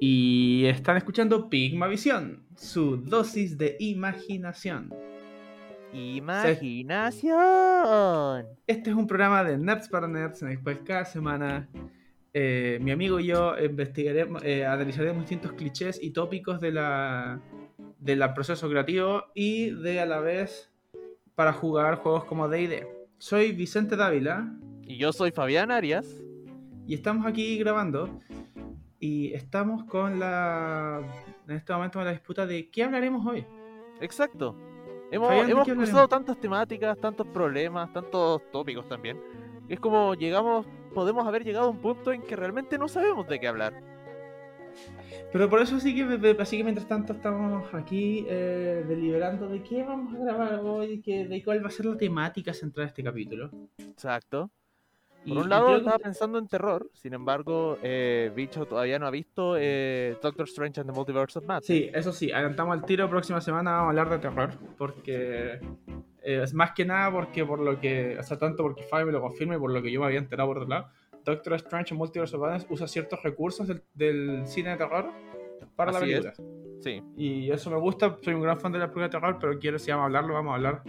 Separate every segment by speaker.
Speaker 1: Y están escuchando Pigmavisión, su dosis de imaginación.
Speaker 2: Imaginación.
Speaker 1: Este es un programa de Nerds para Nerds en el cual cada semana eh, mi amigo y yo investigaremos, eh, analizaremos distintos clichés y tópicos de la, del proceso creativo y de a la vez para jugar juegos como D&D. Soy Vicente Dávila
Speaker 2: Y yo soy Fabián Arias.
Speaker 1: y estamos aquí grabando y estamos con la en este momento con la disputa de qué hablaremos hoy.
Speaker 2: Exacto. Hemos,
Speaker 1: Fabián, ¿de
Speaker 2: hemos
Speaker 1: qué hablaremos?
Speaker 2: cruzado tantas temáticas, tantos problemas, tantos tópicos también. Es como llegamos, podemos haber llegado a un punto en que realmente no sabemos de qué hablar.
Speaker 1: Pero por eso sí que, así que mientras tanto estamos aquí eh, deliberando de qué vamos a grabar hoy, que, de cuál va a ser la temática central de este capítulo.
Speaker 2: Exacto.
Speaker 1: Y-
Speaker 2: Por
Speaker 1: y
Speaker 2: un lado
Speaker 1: creo que-
Speaker 2: estaba pensando en terror, sin embargo, eh, Bicho todavía no ha visto eh, Doctor Strange and the Multiverse of Madness.
Speaker 1: Sí, eso sí, adelantamos el tiro, próxima semana vamos a hablar de terror, porque eh, es más que nada porque por lo que, o sea, tanto porque Fabi me lo confirma y por lo que yo me había enterado por otro lado, Doctor Strange en Multiverse of Madness usa ciertos recursos del, del cine de terror para
Speaker 2: Así
Speaker 1: la
Speaker 2: es.
Speaker 1: película.
Speaker 2: Sí,
Speaker 1: Y eso me gusta, soy un gran fan de la película de terror, pero quiero si vamos a hablarlo, vamos a hablar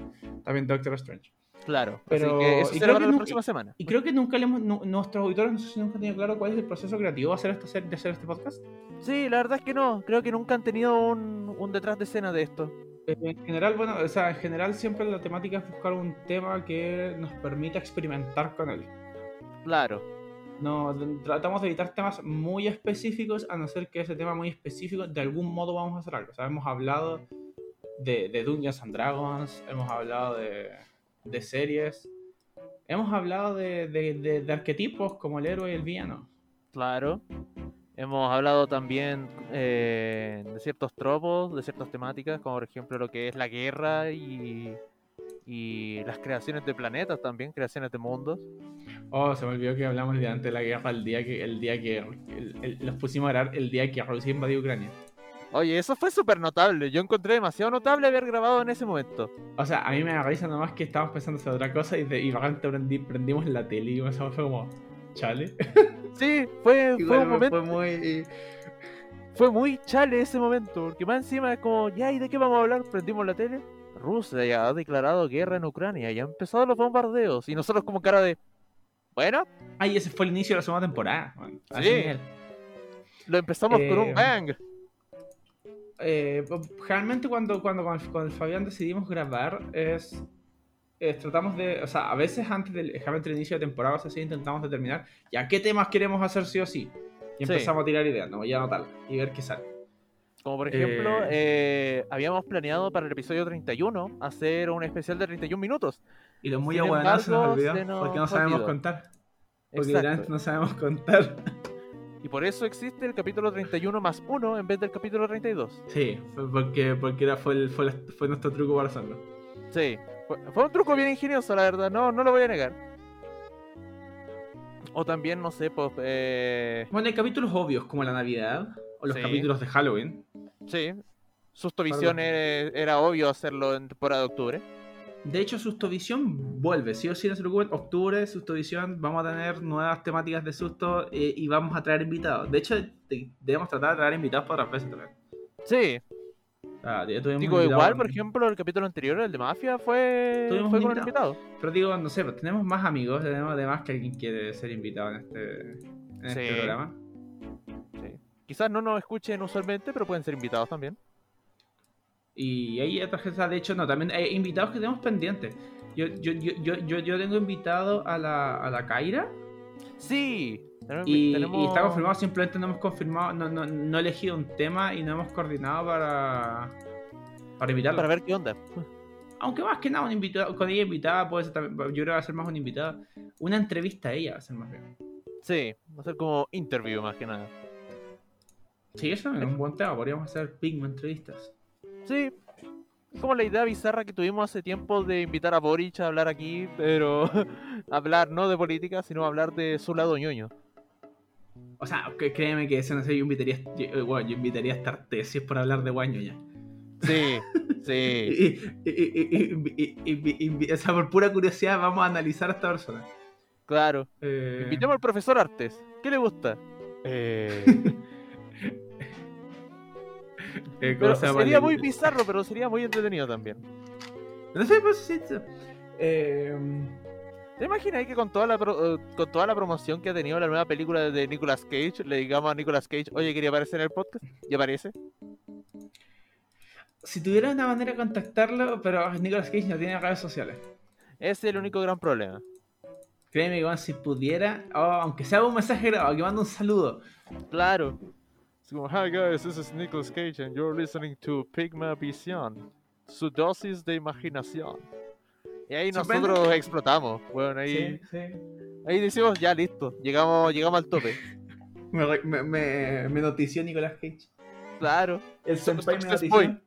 Speaker 1: también de Doctor Strange.
Speaker 2: claro.
Speaker 1: Pero-
Speaker 2: Así que eso
Speaker 1: y
Speaker 2: será
Speaker 1: creo
Speaker 2: para
Speaker 1: que
Speaker 2: la
Speaker 1: nunca-
Speaker 2: próxima semana.
Speaker 1: Y creo que nunca le hemos, nu- nuestros auditores no sé si nunca han tenido claro cuál es el proceso creativo de hacer, esta ser- de hacer este podcast.
Speaker 2: Sí, la verdad es que no. Creo que nunca han tenido un, un detrás de escena de esto.
Speaker 1: Eh, En general, bueno, o sea, en general siempre la temática es buscar un tema que nos permita experimentar con él.
Speaker 2: Claro,
Speaker 1: No, de- tratamos de evitar temas muy específicos, a no ser que ese tema muy específico de algún modo vamos a hacer algo. O sea, hemos hablado de, de Dungeons and Dragons, hemos hablado de, de series, hemos hablado de, de- de- de arquetipos como el héroe y el villano.
Speaker 2: claro. Hemos hablado también eh, de ciertos tropos, de ciertas temáticas, como por ejemplo lo que es la guerra y, y las creaciones de planetas también, creaciones de mundos.
Speaker 1: Oh, se me olvidó que hablamos de antes de la guerra, el día que, el día que el- el- los pusimos a orar el día que Rusia invadió Ucrania.
Speaker 2: Oye, eso fue súper notable. Yo encontré demasiado notable haber grabado en ese momento.
Speaker 1: O sea, a mí me da risa nomás que estábamos pensando hacer otra cosa y de y bacán, te prendí- prendimos la tele y comenzamos, fue como, chale.
Speaker 2: Sí, fue, fue eh,
Speaker 1: Igual
Speaker 2: un
Speaker 1: me-
Speaker 2: momento.
Speaker 1: fue muy...
Speaker 2: Fue muy chale ese momento, porque más encima es como, ya, ¿y de qué vamos a hablar? Prendimos la tele. Rusia ya ha declarado guerra en Ucrania, ya han empezado los bombardeos. Y nosotros como cara de, bueno,
Speaker 1: Ay, ese fue el inicio de la segunda temporada. Ah, man. A ese
Speaker 2: Sí.
Speaker 1: nivel.
Speaker 2: lo empezamos con
Speaker 1: Eh,
Speaker 2: un bang.
Speaker 1: Eh, generalmente cuando, cuando con, el, con el Fabián decidimos grabar es... es- tratamos de, o sea, a veces antes del, generalmente el inicio de temporada, o sea, sí intentamos determinar ya qué temas queremos hacer sí o sí. Y
Speaker 2: Sí.
Speaker 1: empezamos a tirar ideas, no, ya no tal, y ver qué sale.
Speaker 2: Como por
Speaker 1: eh,
Speaker 2: ejemplo, eh, habíamos planeado para el episodio 31 hacer un especial de 31 minutos.
Speaker 1: Y lo muy
Speaker 2: Sin
Speaker 1: aguadanados se nos
Speaker 2: embargo,
Speaker 1: olvidó
Speaker 2: se nos
Speaker 1: porque no sabemos
Speaker 2: olvidó.
Speaker 1: contar. Porque literalmente
Speaker 2: Exacto.
Speaker 1: no sabemos contar.
Speaker 2: Y por eso existe el capítulo 31 más 1 en vez del capítulo 32.
Speaker 1: Sí, fue porque, porque era, fue, el- fue, la- fue nuestro truco para hacerlo.
Speaker 2: Sí, fue, fue un truco bien ingenioso, la verdad, no, no lo voy a negar. O también, no sé, pues... eh,
Speaker 1: Bueno, hay capítulos obvios como la Navidad o los
Speaker 2: Sí.
Speaker 1: capítulos de Halloween.
Speaker 2: Sí. Sustovisión era, era obvio hacerlo en temporada de octubre.
Speaker 1: De hecho, Sustovisión vuelve, sí o sí, no se preocupen. Octubre, Sustovisión, vamos a tener nuevas temáticas de susto eh, y vamos a traer invitados. De hecho, te- debemos tratar de traer invitados para otras veces también.
Speaker 2: Sí.
Speaker 1: O sea, ya tuvimos
Speaker 2: Digo,
Speaker 1: invitado
Speaker 2: igual,
Speaker 1: con-
Speaker 2: por ejemplo, el capítulo anterior, el de Mafia, fue,
Speaker 1: Tuvimos
Speaker 2: fue
Speaker 1: un
Speaker 2: con un invitado.
Speaker 1: Pero digo, no sé, pero tenemos más amigos, tenemos además que alguien quiere ser invitado en este, en este
Speaker 2: Sí.
Speaker 1: programa.
Speaker 2: Quizás no nos escuchen usualmente, pero pueden ser invitados también.
Speaker 1: Y hay otras cosas, de hecho, no, también hay invitados que tenemos pendientes. Yo, yo, yo, yo, yo, yo tengo invitado a la, a la Kaira
Speaker 2: Sí. Tenemos-
Speaker 1: y,
Speaker 2: tenemos-
Speaker 1: y está confirmado, simplemente no hemos confirmado, no, no, no he elegido un tema y no hemos coordinado para, para invitarla.
Speaker 2: Para ver qué onda.
Speaker 1: Aunque más que nada, un invitado, con ella invitada puede ser también, yo creo que va a ser más una invitada, una entrevista a ella va a ser más bien.
Speaker 2: Sí. Va a ser como interview más que nada.
Speaker 1: Sí, eso es un buen tema, podríamos hacer Pigma entrevistas.
Speaker 2: Sí. Es como la idea bizarra que tuvimos hace tiempo de invitar a Boric a hablar aquí, pero hablar no de política, sino hablar de su lado ñoño.
Speaker 1: O sea, que créeme que eso no sé, yo invitaría, yo, eh, bueno, yo invitaría a estar tesis por hablar de guaño ya.
Speaker 2: Sí, sí.
Speaker 1: Y- y- y- y- y- y- y- y- O sea, por pura curiosidad vamos a analizar a esta persona.
Speaker 2: Claro.
Speaker 1: Eh, Eh,
Speaker 2: Invitemos al profesor Artes. ¿Qué le gusta?
Speaker 1: Eh, ¿cómo
Speaker 2: Pero
Speaker 1: se llama?
Speaker 2: sería
Speaker 1: El-
Speaker 2: muy bizarro, pero sería muy entretenido también.
Speaker 1: No sé, pues sí. sí. Eh,
Speaker 2: ¿Te imaginas que con toda la pro- eh, con toda la promoción que ha tenido la nueva película de Nicolas Cage, le digamos a Nicolas Cage, oye, quería aparecer en el podcast? Y aparece.
Speaker 1: si tuviera una manera de contactarlo, pero Nicolas Cage no tiene redes sociales.
Speaker 2: Ese es el único gran problema.
Speaker 1: Créeme que bueno, si pudiera, oh, aunque sea un mensaje grabado, que mando un saludo.
Speaker 2: Claro. Es como, hi guys, this is Nicolas Cage and you're listening to Pigma Vision. Su dosis de imaginación. Y ahí
Speaker 1: Sorprende.
Speaker 2: nosotros explotamos. Bueno,
Speaker 1: Sí,
Speaker 2: ahí,
Speaker 1: sí.
Speaker 2: ahí decimos, ya listo, llegamos, llegamos al tope.
Speaker 1: Me, re- me, me, me notició Nicolas Cage.
Speaker 2: Claro.
Speaker 1: El
Speaker 2: Somos
Speaker 1: senpai me
Speaker 2: Toxic
Speaker 1: notició. El,
Speaker 2: Boy.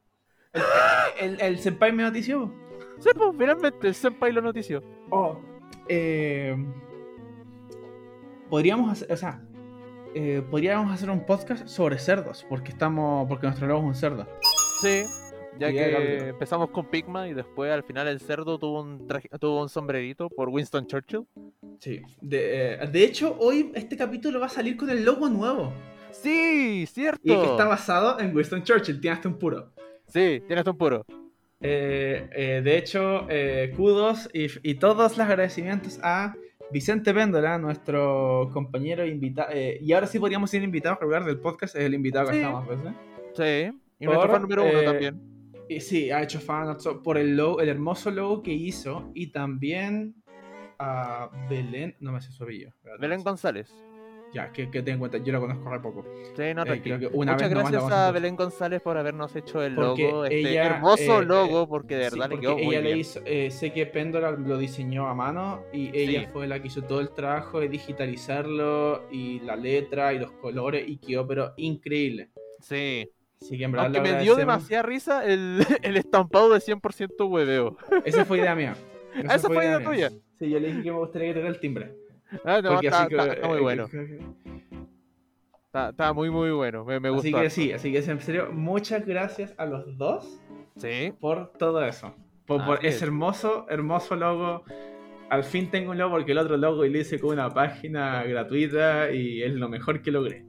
Speaker 1: el, el senpai me notició.
Speaker 2: Sí, pues, finalmente, el Senpai lo notició.
Speaker 1: Oh, eh, podríamos hacer, o sea, eh, podríamos hacer un podcast sobre cerdos, porque estamos, porque nuestro lobo es un cerdo.
Speaker 2: Sí, ya
Speaker 1: Y ya
Speaker 2: que
Speaker 1: cambió.
Speaker 2: empezamos con Pigma y después al final el cerdo tuvo un, traje- tuvo un sombrerito por Winston Churchill.
Speaker 1: Sí. De, eh, de hecho, hoy este capítulo va a salir con el logo nuevo.
Speaker 2: Sí, cierto.
Speaker 1: Y que está basado en Winston Churchill, tiene hasta un puro.
Speaker 2: Sí, tienes un puro.
Speaker 1: Eh, eh, de hecho, eh, kudos y, y todos los agradecimientos a Vicente Péndola, nuestro compañero invitado. y ahora sí podríamos ir invitado a regular del podcast, es el invitado que
Speaker 2: Sí.
Speaker 1: estamos, ¿ves?
Speaker 2: Sí. Y
Speaker 1: Por,
Speaker 2: nuestro fan número uno
Speaker 1: eh,
Speaker 2: también.
Speaker 1: Y sí, ha hecho fan por el, logo, el hermoso logo que hizo y también a Belén, no me sé su apellido. espérate.
Speaker 2: Belén González.
Speaker 1: Ya, que, que ten en cuenta, yo la conozco re poco.
Speaker 2: Sí, no,
Speaker 1: Eh,
Speaker 2: tranquilo.
Speaker 1: creo que una vez nomás la
Speaker 2: Muchas gracias
Speaker 1: vamos a
Speaker 2: a
Speaker 1: hacer.
Speaker 2: Belén González por habernos hecho el
Speaker 1: Porque
Speaker 2: logo, este
Speaker 1: ella,
Speaker 2: hermoso
Speaker 1: eh,
Speaker 2: logo, porque de
Speaker 1: Sí,
Speaker 2: verdad le
Speaker 1: porque
Speaker 2: quedó muy
Speaker 1: ella le
Speaker 2: bien.
Speaker 1: hizo, eh, sé que Pendola lo diseñó a mano y ella
Speaker 2: Sí.
Speaker 1: fue la que hizo todo el trabajo de digitalizarlo y la letra y los colores y quedó pero increíble.
Speaker 2: Sí.
Speaker 1: Así que en verdad
Speaker 2: Aunque
Speaker 1: le
Speaker 2: me dio
Speaker 1: agradecemos.
Speaker 2: demasiada risa el, el estampado de 100% hueveo.
Speaker 1: Esa fue idea mía.
Speaker 2: Ah, esa fue idea tuya.
Speaker 1: Sí, yo le dije que me gustaría que tocara el timbre.
Speaker 2: Ah, no,
Speaker 1: Porque
Speaker 2: está,
Speaker 1: así que- eh,
Speaker 2: está- está muy bueno.
Speaker 1: Así
Speaker 2: Está, está muy, muy bueno. Me, me gustó.
Speaker 1: que sí, así que en serio, muchas gracias a los dos
Speaker 2: Sí.
Speaker 1: por todo eso. Por, por
Speaker 2: Así es.
Speaker 1: ese hermoso, hermoso logo. Al fin tengo un logo porque el otro logo y lo hice con una página gratuita y es lo mejor que logré.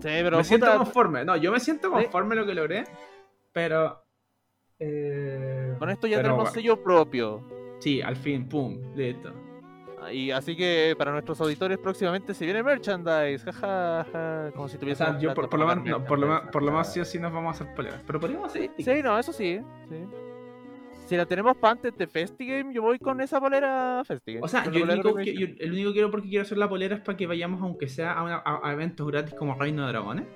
Speaker 2: Sí, pero
Speaker 1: me siento
Speaker 2: puta,
Speaker 1: conforme. No, yo me siento
Speaker 2: Sí.
Speaker 1: conforme lo que logré, pero. eh,
Speaker 2: con esto ya
Speaker 1: pero
Speaker 2: tenemos
Speaker 1: bueno,
Speaker 2: sello propio.
Speaker 1: Sí, al fin, pum, listo.
Speaker 2: Y así que para nuestros auditores próximamente se viene merchandise. Jaja, ja, como si
Speaker 1: O
Speaker 2: tuviésemos
Speaker 1: sea, yo por,
Speaker 2: plata
Speaker 1: por lo
Speaker 2: para
Speaker 1: menos, no, por lo más,
Speaker 2: merchandise,
Speaker 1: por lo más
Speaker 2: jaja.
Speaker 1: sí o sí nos vamos a hacer poleras. Pero podríamos hacer.
Speaker 2: Sí, no, eso sí. sí. Si la tenemos para antes de Festigame, yo voy con esa bolera a Festigame.
Speaker 1: O sea,
Speaker 2: con la
Speaker 1: yo el,
Speaker 2: bolera
Speaker 1: único
Speaker 2: que me
Speaker 1: que, yo
Speaker 2: hiciste.
Speaker 1: el único que quiero porque quiero hacer la polera es para que vayamos, aunque sea a, una- a- a eventos gratis como Reino de Dragones.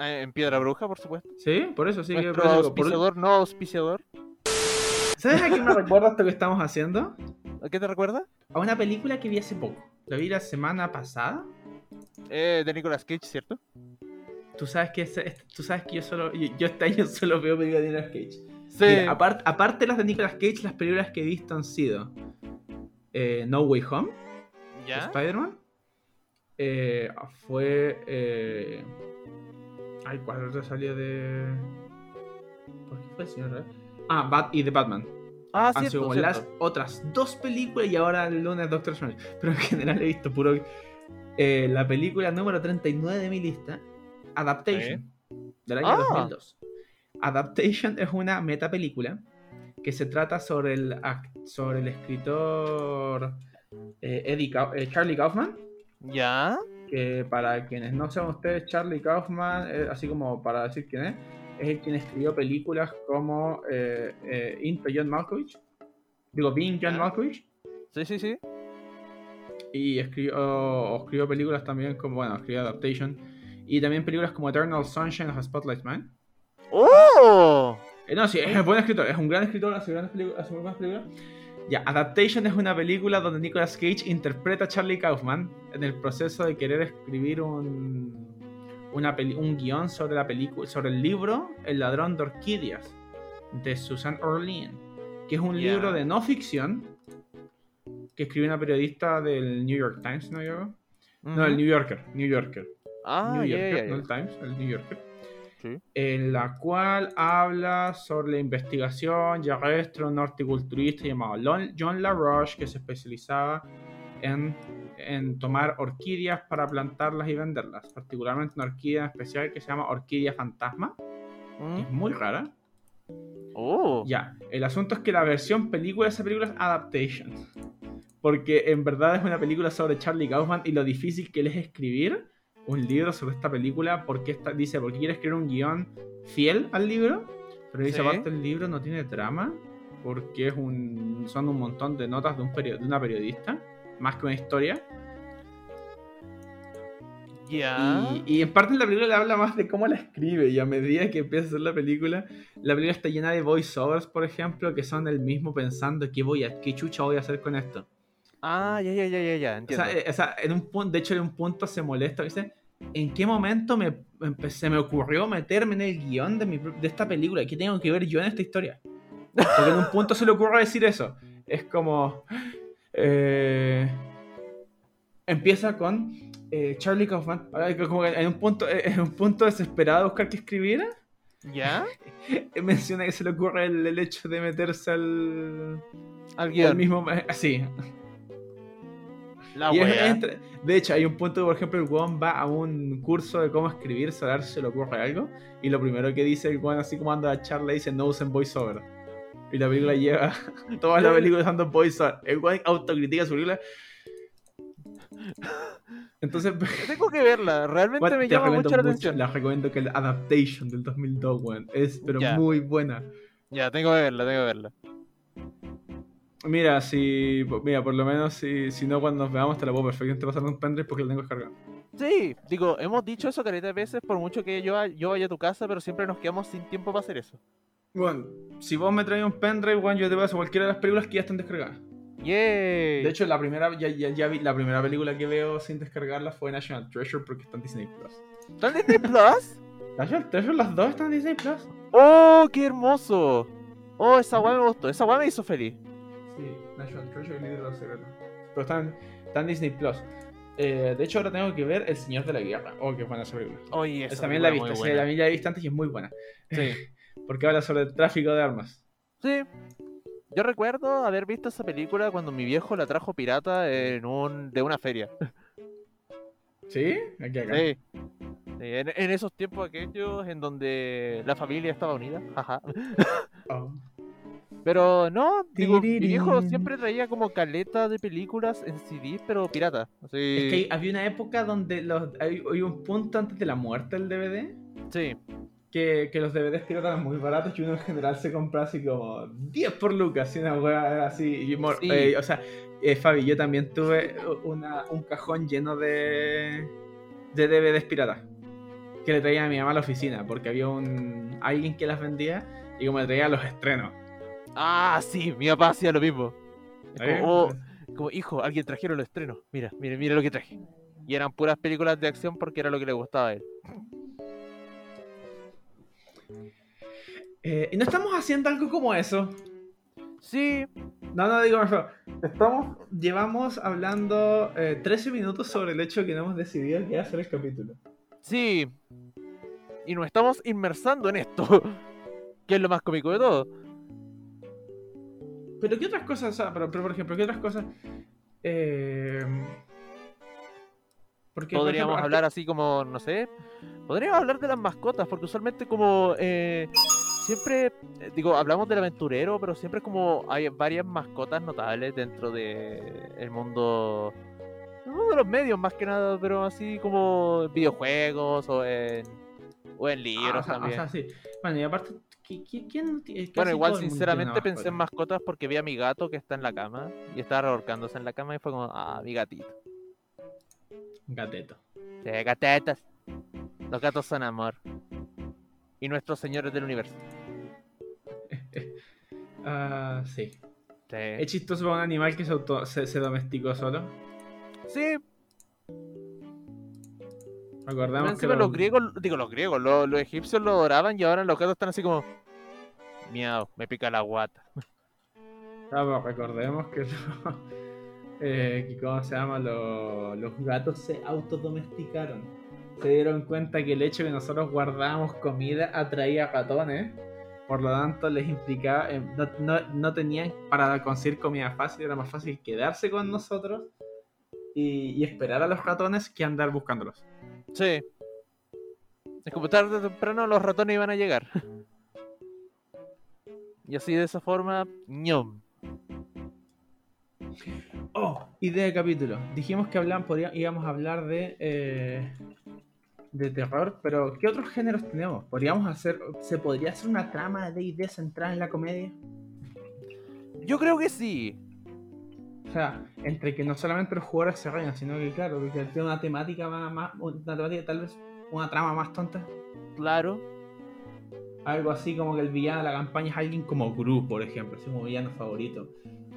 Speaker 2: Eh, En Piedra Bruja, por supuesto.
Speaker 1: Sí, por eso, sí que
Speaker 2: Nuestro
Speaker 1: por eso digo, por-
Speaker 2: auspiciador, no auspiciador.
Speaker 1: ¿Sabes a qué me recuerda esto que estamos haciendo?
Speaker 2: ¿A qué te recuerda?
Speaker 1: A una película que vi hace poco. La vi la semana pasada.
Speaker 2: Eh, de Nicolas Cage, ¿cierto?
Speaker 1: Tú sabes que, ese- este- tú sabes que yo solo yo, yo este año solo veo películas de Nicolas Cage.
Speaker 2: Sí.
Speaker 1: Mira, apart- aparte de las de Nicolas Cage, las películas que he visto han sido eh, No Way Home,
Speaker 2: ¿Ya?
Speaker 1: Spider-Man. eh, fue. Eh, ay, ¿cuál otra salió de.? ¿Por qué fue el señor Red? Ah, Bat y The Batman.
Speaker 2: Ah,
Speaker 1: han sido
Speaker 2: cierto,
Speaker 1: como
Speaker 2: cierto.
Speaker 1: las otras dos películas y ahora el lunes Doctor Strange. Pero en general he visto puro. eh, la película número 39 de mi lista, Adaptation, del año
Speaker 2: Ah.
Speaker 1: 2002. Adaptation es una metapelícula que se trata sobre el, ac- sobre el escritor eh, Eddie Cau- eh, Charlie Kaufman.
Speaker 2: ¿Ya?
Speaker 1: Que para quienes no sean ustedes, Charlie Kaufman, eh, así como para decir quién es, es el quien escribió películas como eh, eh, Into John Malkovich. Digo, Being John
Speaker 2: Ah.
Speaker 1: Malkovich.
Speaker 2: Sí, sí, sí.
Speaker 1: Y escribió, o escribió películas también como, bueno, escribió Adaptation. Y también películas como Eternal Sunshine of a Spotlight Man.
Speaker 2: ¡Oh!
Speaker 1: Eh, no, sí, es buen escritor, es un gran escritor, hace, grandes pelicu- hace muy buenas películas. Ya, Adaptation es una película donde Nicolas Cage interpreta a Charlie Kaufman en el proceso de querer escribir un, una peli- un guión sobre, la película, sobre el libro El ladrón de orquídeas de Susan Orlean, que es un
Speaker 2: Ya.
Speaker 1: libro de no ficción que escribió una periodista del New York Times, ¿no? Yo? No, el
Speaker 2: Ujú.
Speaker 1: New Yorker, New Yorker.
Speaker 2: Ah,
Speaker 1: New
Speaker 2: ya,
Speaker 1: Yorker,
Speaker 2: ya, ya.
Speaker 1: no el Times, el New Yorker.
Speaker 2: Sí.
Speaker 1: En la cual habla sobre la investigación y arresto de un horticulturista llamado Lon- John LaRoche, que se especializaba en, en tomar orquídeas para plantarlas y venderlas. Particularmente una orquídea especial que se llama Orquídea Fantasma,
Speaker 2: ¿Mm?
Speaker 1: Es muy rara.
Speaker 2: Oh,
Speaker 1: Ya, el asunto es que la versión película de esa película es adaptation. Porque en verdad es una película sobre Charlie Kaufman y lo difícil que él es escribir un libro sobre esta película porque esta, dice, porque quiere escribir un guión fiel al libro, pero dice,
Speaker 2: Sí.
Speaker 1: aparte el libro no tiene trama porque es un, son un montón de notas de, un perio- de una periodista, más que una historia.
Speaker 2: ya.
Speaker 1: Y, y en parte la película le habla más de cómo la escribe y a medida que empieza a hacer la película, la película está llena de voiceovers, por ejemplo, que son el mismo pensando qué voy a, qué chucha voy a hacer con esto.
Speaker 2: Ah, ya, ya, ya, ya, ya,
Speaker 1: O sea,
Speaker 2: entiendo.
Speaker 1: eh, o sea, en un punto, de hecho en un punto se molesta, dice, ¿en qué momento me, me empe- se me ocurrió meterme en el guión de, mi pro- de esta película? ¿Qué tengo que ver yo en esta historia? Porque en un punto se le ocurre decir eso. Es como... eh, empieza con eh, Charlie Kaufman. Ahora, como que en un punto, eh, en un punto desesperado de buscar qué escribir,
Speaker 2: ¿Ya?
Speaker 1: eh, menciona que se le ocurre el, el hecho de meterse al,
Speaker 2: Al
Speaker 1: al
Speaker 2: guión.
Speaker 1: mismo... Así,
Speaker 2: La
Speaker 1: y es-
Speaker 2: wea.
Speaker 1: es entre- de hecho, hay un punto, por ejemplo, el weón va a un curso de cómo escribir, solar se le ocurre algo, y lo primero que dice el weón, así como anda la charla, dice no usen voiceover. Y la película lleva toda la película usando voiceover. El weón autocritica su película. Entonces,
Speaker 2: Tengo que verla, realmente
Speaker 1: weón,
Speaker 2: me
Speaker 1: te
Speaker 2: llama
Speaker 1: recomiendo
Speaker 2: mucho la
Speaker 1: mucho-
Speaker 2: atención.
Speaker 1: la recomiendo que el Adaptation del 2002, weón, es pero
Speaker 2: Ya.
Speaker 1: muy buena.
Speaker 2: Ya, tengo que verla, tengo que verla.
Speaker 1: Mira, si, mira, por lo menos si, si no cuando nos veamos te la puedo perfectamente pasar un pendrive porque la tengo cargada.
Speaker 2: Sí, digo, hemos dicho eso caleta de veces, por mucho que yo, va- yo vaya a tu casa, pero siempre nos quedamos sin tiempo para hacer eso.
Speaker 1: Bueno, si vos me traes un pendrive, bueno, yo te paso cualquiera de las películas que ya están descargadas.
Speaker 2: Yay.
Speaker 1: De hecho, la primera, ya, ya, ya vi, la primera película que veo sin descargarla fue National Treasure porque está en Disney Plus.
Speaker 2: ¿Está en Disney Plus?
Speaker 1: National Treasure, las dos están en Disney Plus.
Speaker 2: ¡Oh, qué hermoso! Oh, esa guay me gustó, esa guay me hizo feliz.
Speaker 1: Sí, National Treasure y Líder de los Secretos. Pero están, están en Disney Plus. Eh, de hecho, ahora tengo que ver El Señor de la Guerra. Oh, qué buena esa película.
Speaker 2: Oye,
Speaker 1: Esa
Speaker 2: esa
Speaker 1: también la he
Speaker 2: película
Speaker 1: visto,
Speaker 2: es
Speaker 1: sí,
Speaker 2: muy
Speaker 1: la
Speaker 2: buena.
Speaker 1: vi- la he visto antes y es muy buena.
Speaker 2: Sí,
Speaker 1: Porque habla sobre el tráfico de armas.
Speaker 2: sí. Yo recuerdo haber visto esa película cuando mi viejo la trajo pirata en un, de una feria.
Speaker 1: ¿Sí? Aquí acá.
Speaker 2: Sí. Sí, en, en esos tiempos aquellos en donde la familia estaba unida, jaja.
Speaker 1: Oh.
Speaker 2: Pero no, digo, mi viejo
Speaker 1: Tirirín.
Speaker 2: siempre traía como caleta de películas en CD, pero pirata. Así,
Speaker 1: Es que hay- había una época donde los, hay, hay un punto antes de la muerte del DVD.
Speaker 2: Sí,
Speaker 1: que, que los DVDs piratas eran muy baratos y uno en general se compra así como 10 por lucas y una wea era así. y mor-
Speaker 2: Sí.
Speaker 1: eh, o sea, eh, Fabi, yo también tuve una- un cajón lleno de, de DVDs piratas que le traía a mi mamá a la oficina porque había un alguien que las vendía y como le traía los estrenos.
Speaker 2: Ah, sí, mi papá hacía lo mismo. Es
Speaker 1: ¿sabes?
Speaker 2: Como, "Oh", como, hijo, alguien trajeron los estrenos. Mira, mira, mira lo que traje. Y eran puras películas de acción porque era lo que le gustaba a él.
Speaker 1: Eh, y no estamos haciendo algo como eso.
Speaker 2: Sí,
Speaker 1: No, no, digo mejor. Estamos, llevamos hablando eh, 13 minutos sobre el hecho que no hemos decidido qué hacer el capítulo.
Speaker 2: sí. Y nos estamos inmersando en esto. que es lo más cómico de todo.
Speaker 1: Pero qué otras cosas, o sea, pero, pero, por ejemplo, qué otras cosas. Eh, porque, por
Speaker 2: Podríamos
Speaker 1: ejemplo,
Speaker 2: hablar así como, no sé. Podríamos hablar de las mascotas, porque usualmente como... eh, siempre, eh, digo, hablamos del aventurero, pero siempre como hay varias mascotas notables dentro de el mundo... el mundo de los medios más que nada, pero así como videojuegos o en, o en
Speaker 1: ah,
Speaker 2: libros
Speaker 1: o sea, o
Speaker 2: también.
Speaker 1: sea, sí. Bueno, y aparte, ¿qui- qui- ¿quién no tiene-
Speaker 2: bueno,
Speaker 1: casi
Speaker 2: igual
Speaker 1: todo el mundo tiene
Speaker 2: sinceramente
Speaker 1: una
Speaker 2: pensé en mascotas porque vi a mi gato que está en la cama y estaba revolcándose en la cama y fue como, ah, mi gatito.
Speaker 1: mascota. Un Gateto.
Speaker 2: Sí, gatetas. Los gatos son amor. Y nuestros señores del universo.
Speaker 1: Ah, sí.
Speaker 2: Sí.
Speaker 1: Es chistoso para un animal que se, auto- se, se domesticó solo.
Speaker 2: Sí,
Speaker 1: Acordamos que
Speaker 2: encima los griegos, digo los griegos, los, los egipcios lo adoraban y ahora los gatos están así como. Miau, me pica la guata.
Speaker 1: Ah, bueno, recordemos que, los- eh, que ¿cómo se llama? Los, los gatos se autodomesticaron. Se dieron cuenta que el hecho de que nosotros guardábamos comida atraía ratones. Por lo tanto, les implicaba. eh, no, no- no tenían para conseguir comida fácil, era más fácil quedarse con nosotros y, y esperar a los ratones que andar buscándolos.
Speaker 2: Sí. Es como tarde o temprano los ratones iban a llegar. Y así de esa forma, ñom.
Speaker 1: Oh, idea de capítulo. Dijimos que hablan, podía- íbamos a hablar de. eh, de terror, pero ¿qué otros géneros tenemos? ¿Podríamos hacer. ¿Se podría hacer una trama de idea central en la comedia?
Speaker 2: Yo creo que sí.
Speaker 1: O sea, entre que no solamente los jugadores se ríen, sino que, claro, que tiene una temática más. más- una temática tal vez. una trama más tonta.
Speaker 2: Claro.
Speaker 1: Algo así como que el villano de la campaña es alguien como Gru, por ejemplo, así como villano favorito.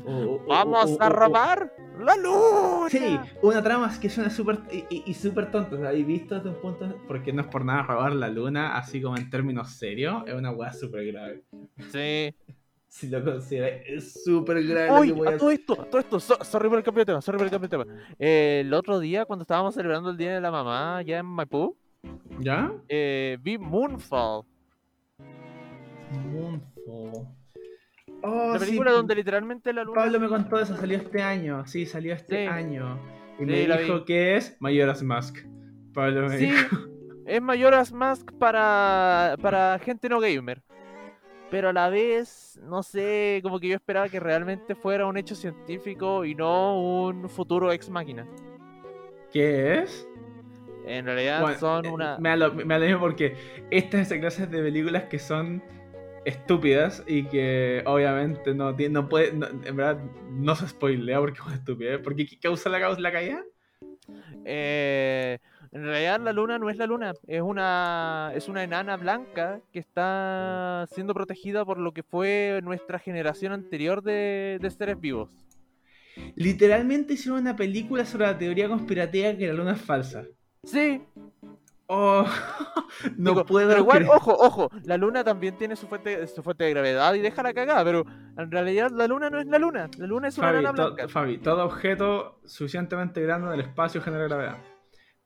Speaker 1: O- o- o- o-
Speaker 2: ¡Vamos
Speaker 1: o-
Speaker 2: a
Speaker 1: o-
Speaker 2: robar la luna!
Speaker 1: Sí, una trama que suena súper y, y- y súper tonta, o sea, y visto desde un punto, porque no es por nada robar la luna, así como en términos serios, es una weá súper grave.
Speaker 2: Sí.
Speaker 1: Si lo consideras, es súper grave lo que
Speaker 2: Uy,
Speaker 1: voy a
Speaker 2: a todo esto, a todo esto, so- sorry por el cambio de tema, sorry por el cambio de tema. Eh, el otro día, cuando estábamos celebrando el Día de la Mamá, ya en Maipú,
Speaker 1: hacer. ¿Ya?
Speaker 2: eh, vi Moonfall,
Speaker 1: Moonfall. Oh,
Speaker 2: la
Speaker 1: sí,
Speaker 2: película donde literalmente la luna...
Speaker 1: Pablo me contó eso, salió este año, sí, salió este
Speaker 2: Sí.
Speaker 1: año. Y
Speaker 2: Sí,
Speaker 1: me
Speaker 2: la
Speaker 1: dijo
Speaker 2: vi.
Speaker 1: que es Mayoras Mask. Pablo me
Speaker 2: Sí,
Speaker 1: dijo.
Speaker 2: es Mayoras Mask para, para gente no gamer. Pero a la vez, no sé, como que yo esperaba que realmente fuera un hecho científico y no un futuro ex máquina.
Speaker 1: ¿Qué es?
Speaker 2: En realidad
Speaker 1: Bueno,
Speaker 2: son
Speaker 1: eh,
Speaker 2: una...
Speaker 1: Me da lo, me da lo mismo porque estas esas clases de películas que son estúpidas y que obviamente no tiene- no puede, no- en verdad no se spoilea porque es una estupidez. ¿Por qué ¿Qué causa la, causa la caída?
Speaker 2: Eh, en realidad la luna no es la luna, es una es una enana blanca que está siendo protegida por lo que fue nuestra generación anterior de, de seres vivos.
Speaker 1: Literalmente hicieron una película sobre la teoría conspirativa que la luna es falsa.
Speaker 2: Sí,
Speaker 1: Oh, no
Speaker 2: digo,
Speaker 1: puedo
Speaker 2: pero igual,
Speaker 1: creer.
Speaker 2: ojo, ojo, la luna también tiene su fuente, su fuente de gravedad y deja la cagada, pero en realidad la luna no es la luna, la luna es una
Speaker 1: Fabi,
Speaker 2: enana
Speaker 1: to-
Speaker 2: blanca.
Speaker 1: Fabi, todo objeto suficientemente grande en el espacio genera gravedad.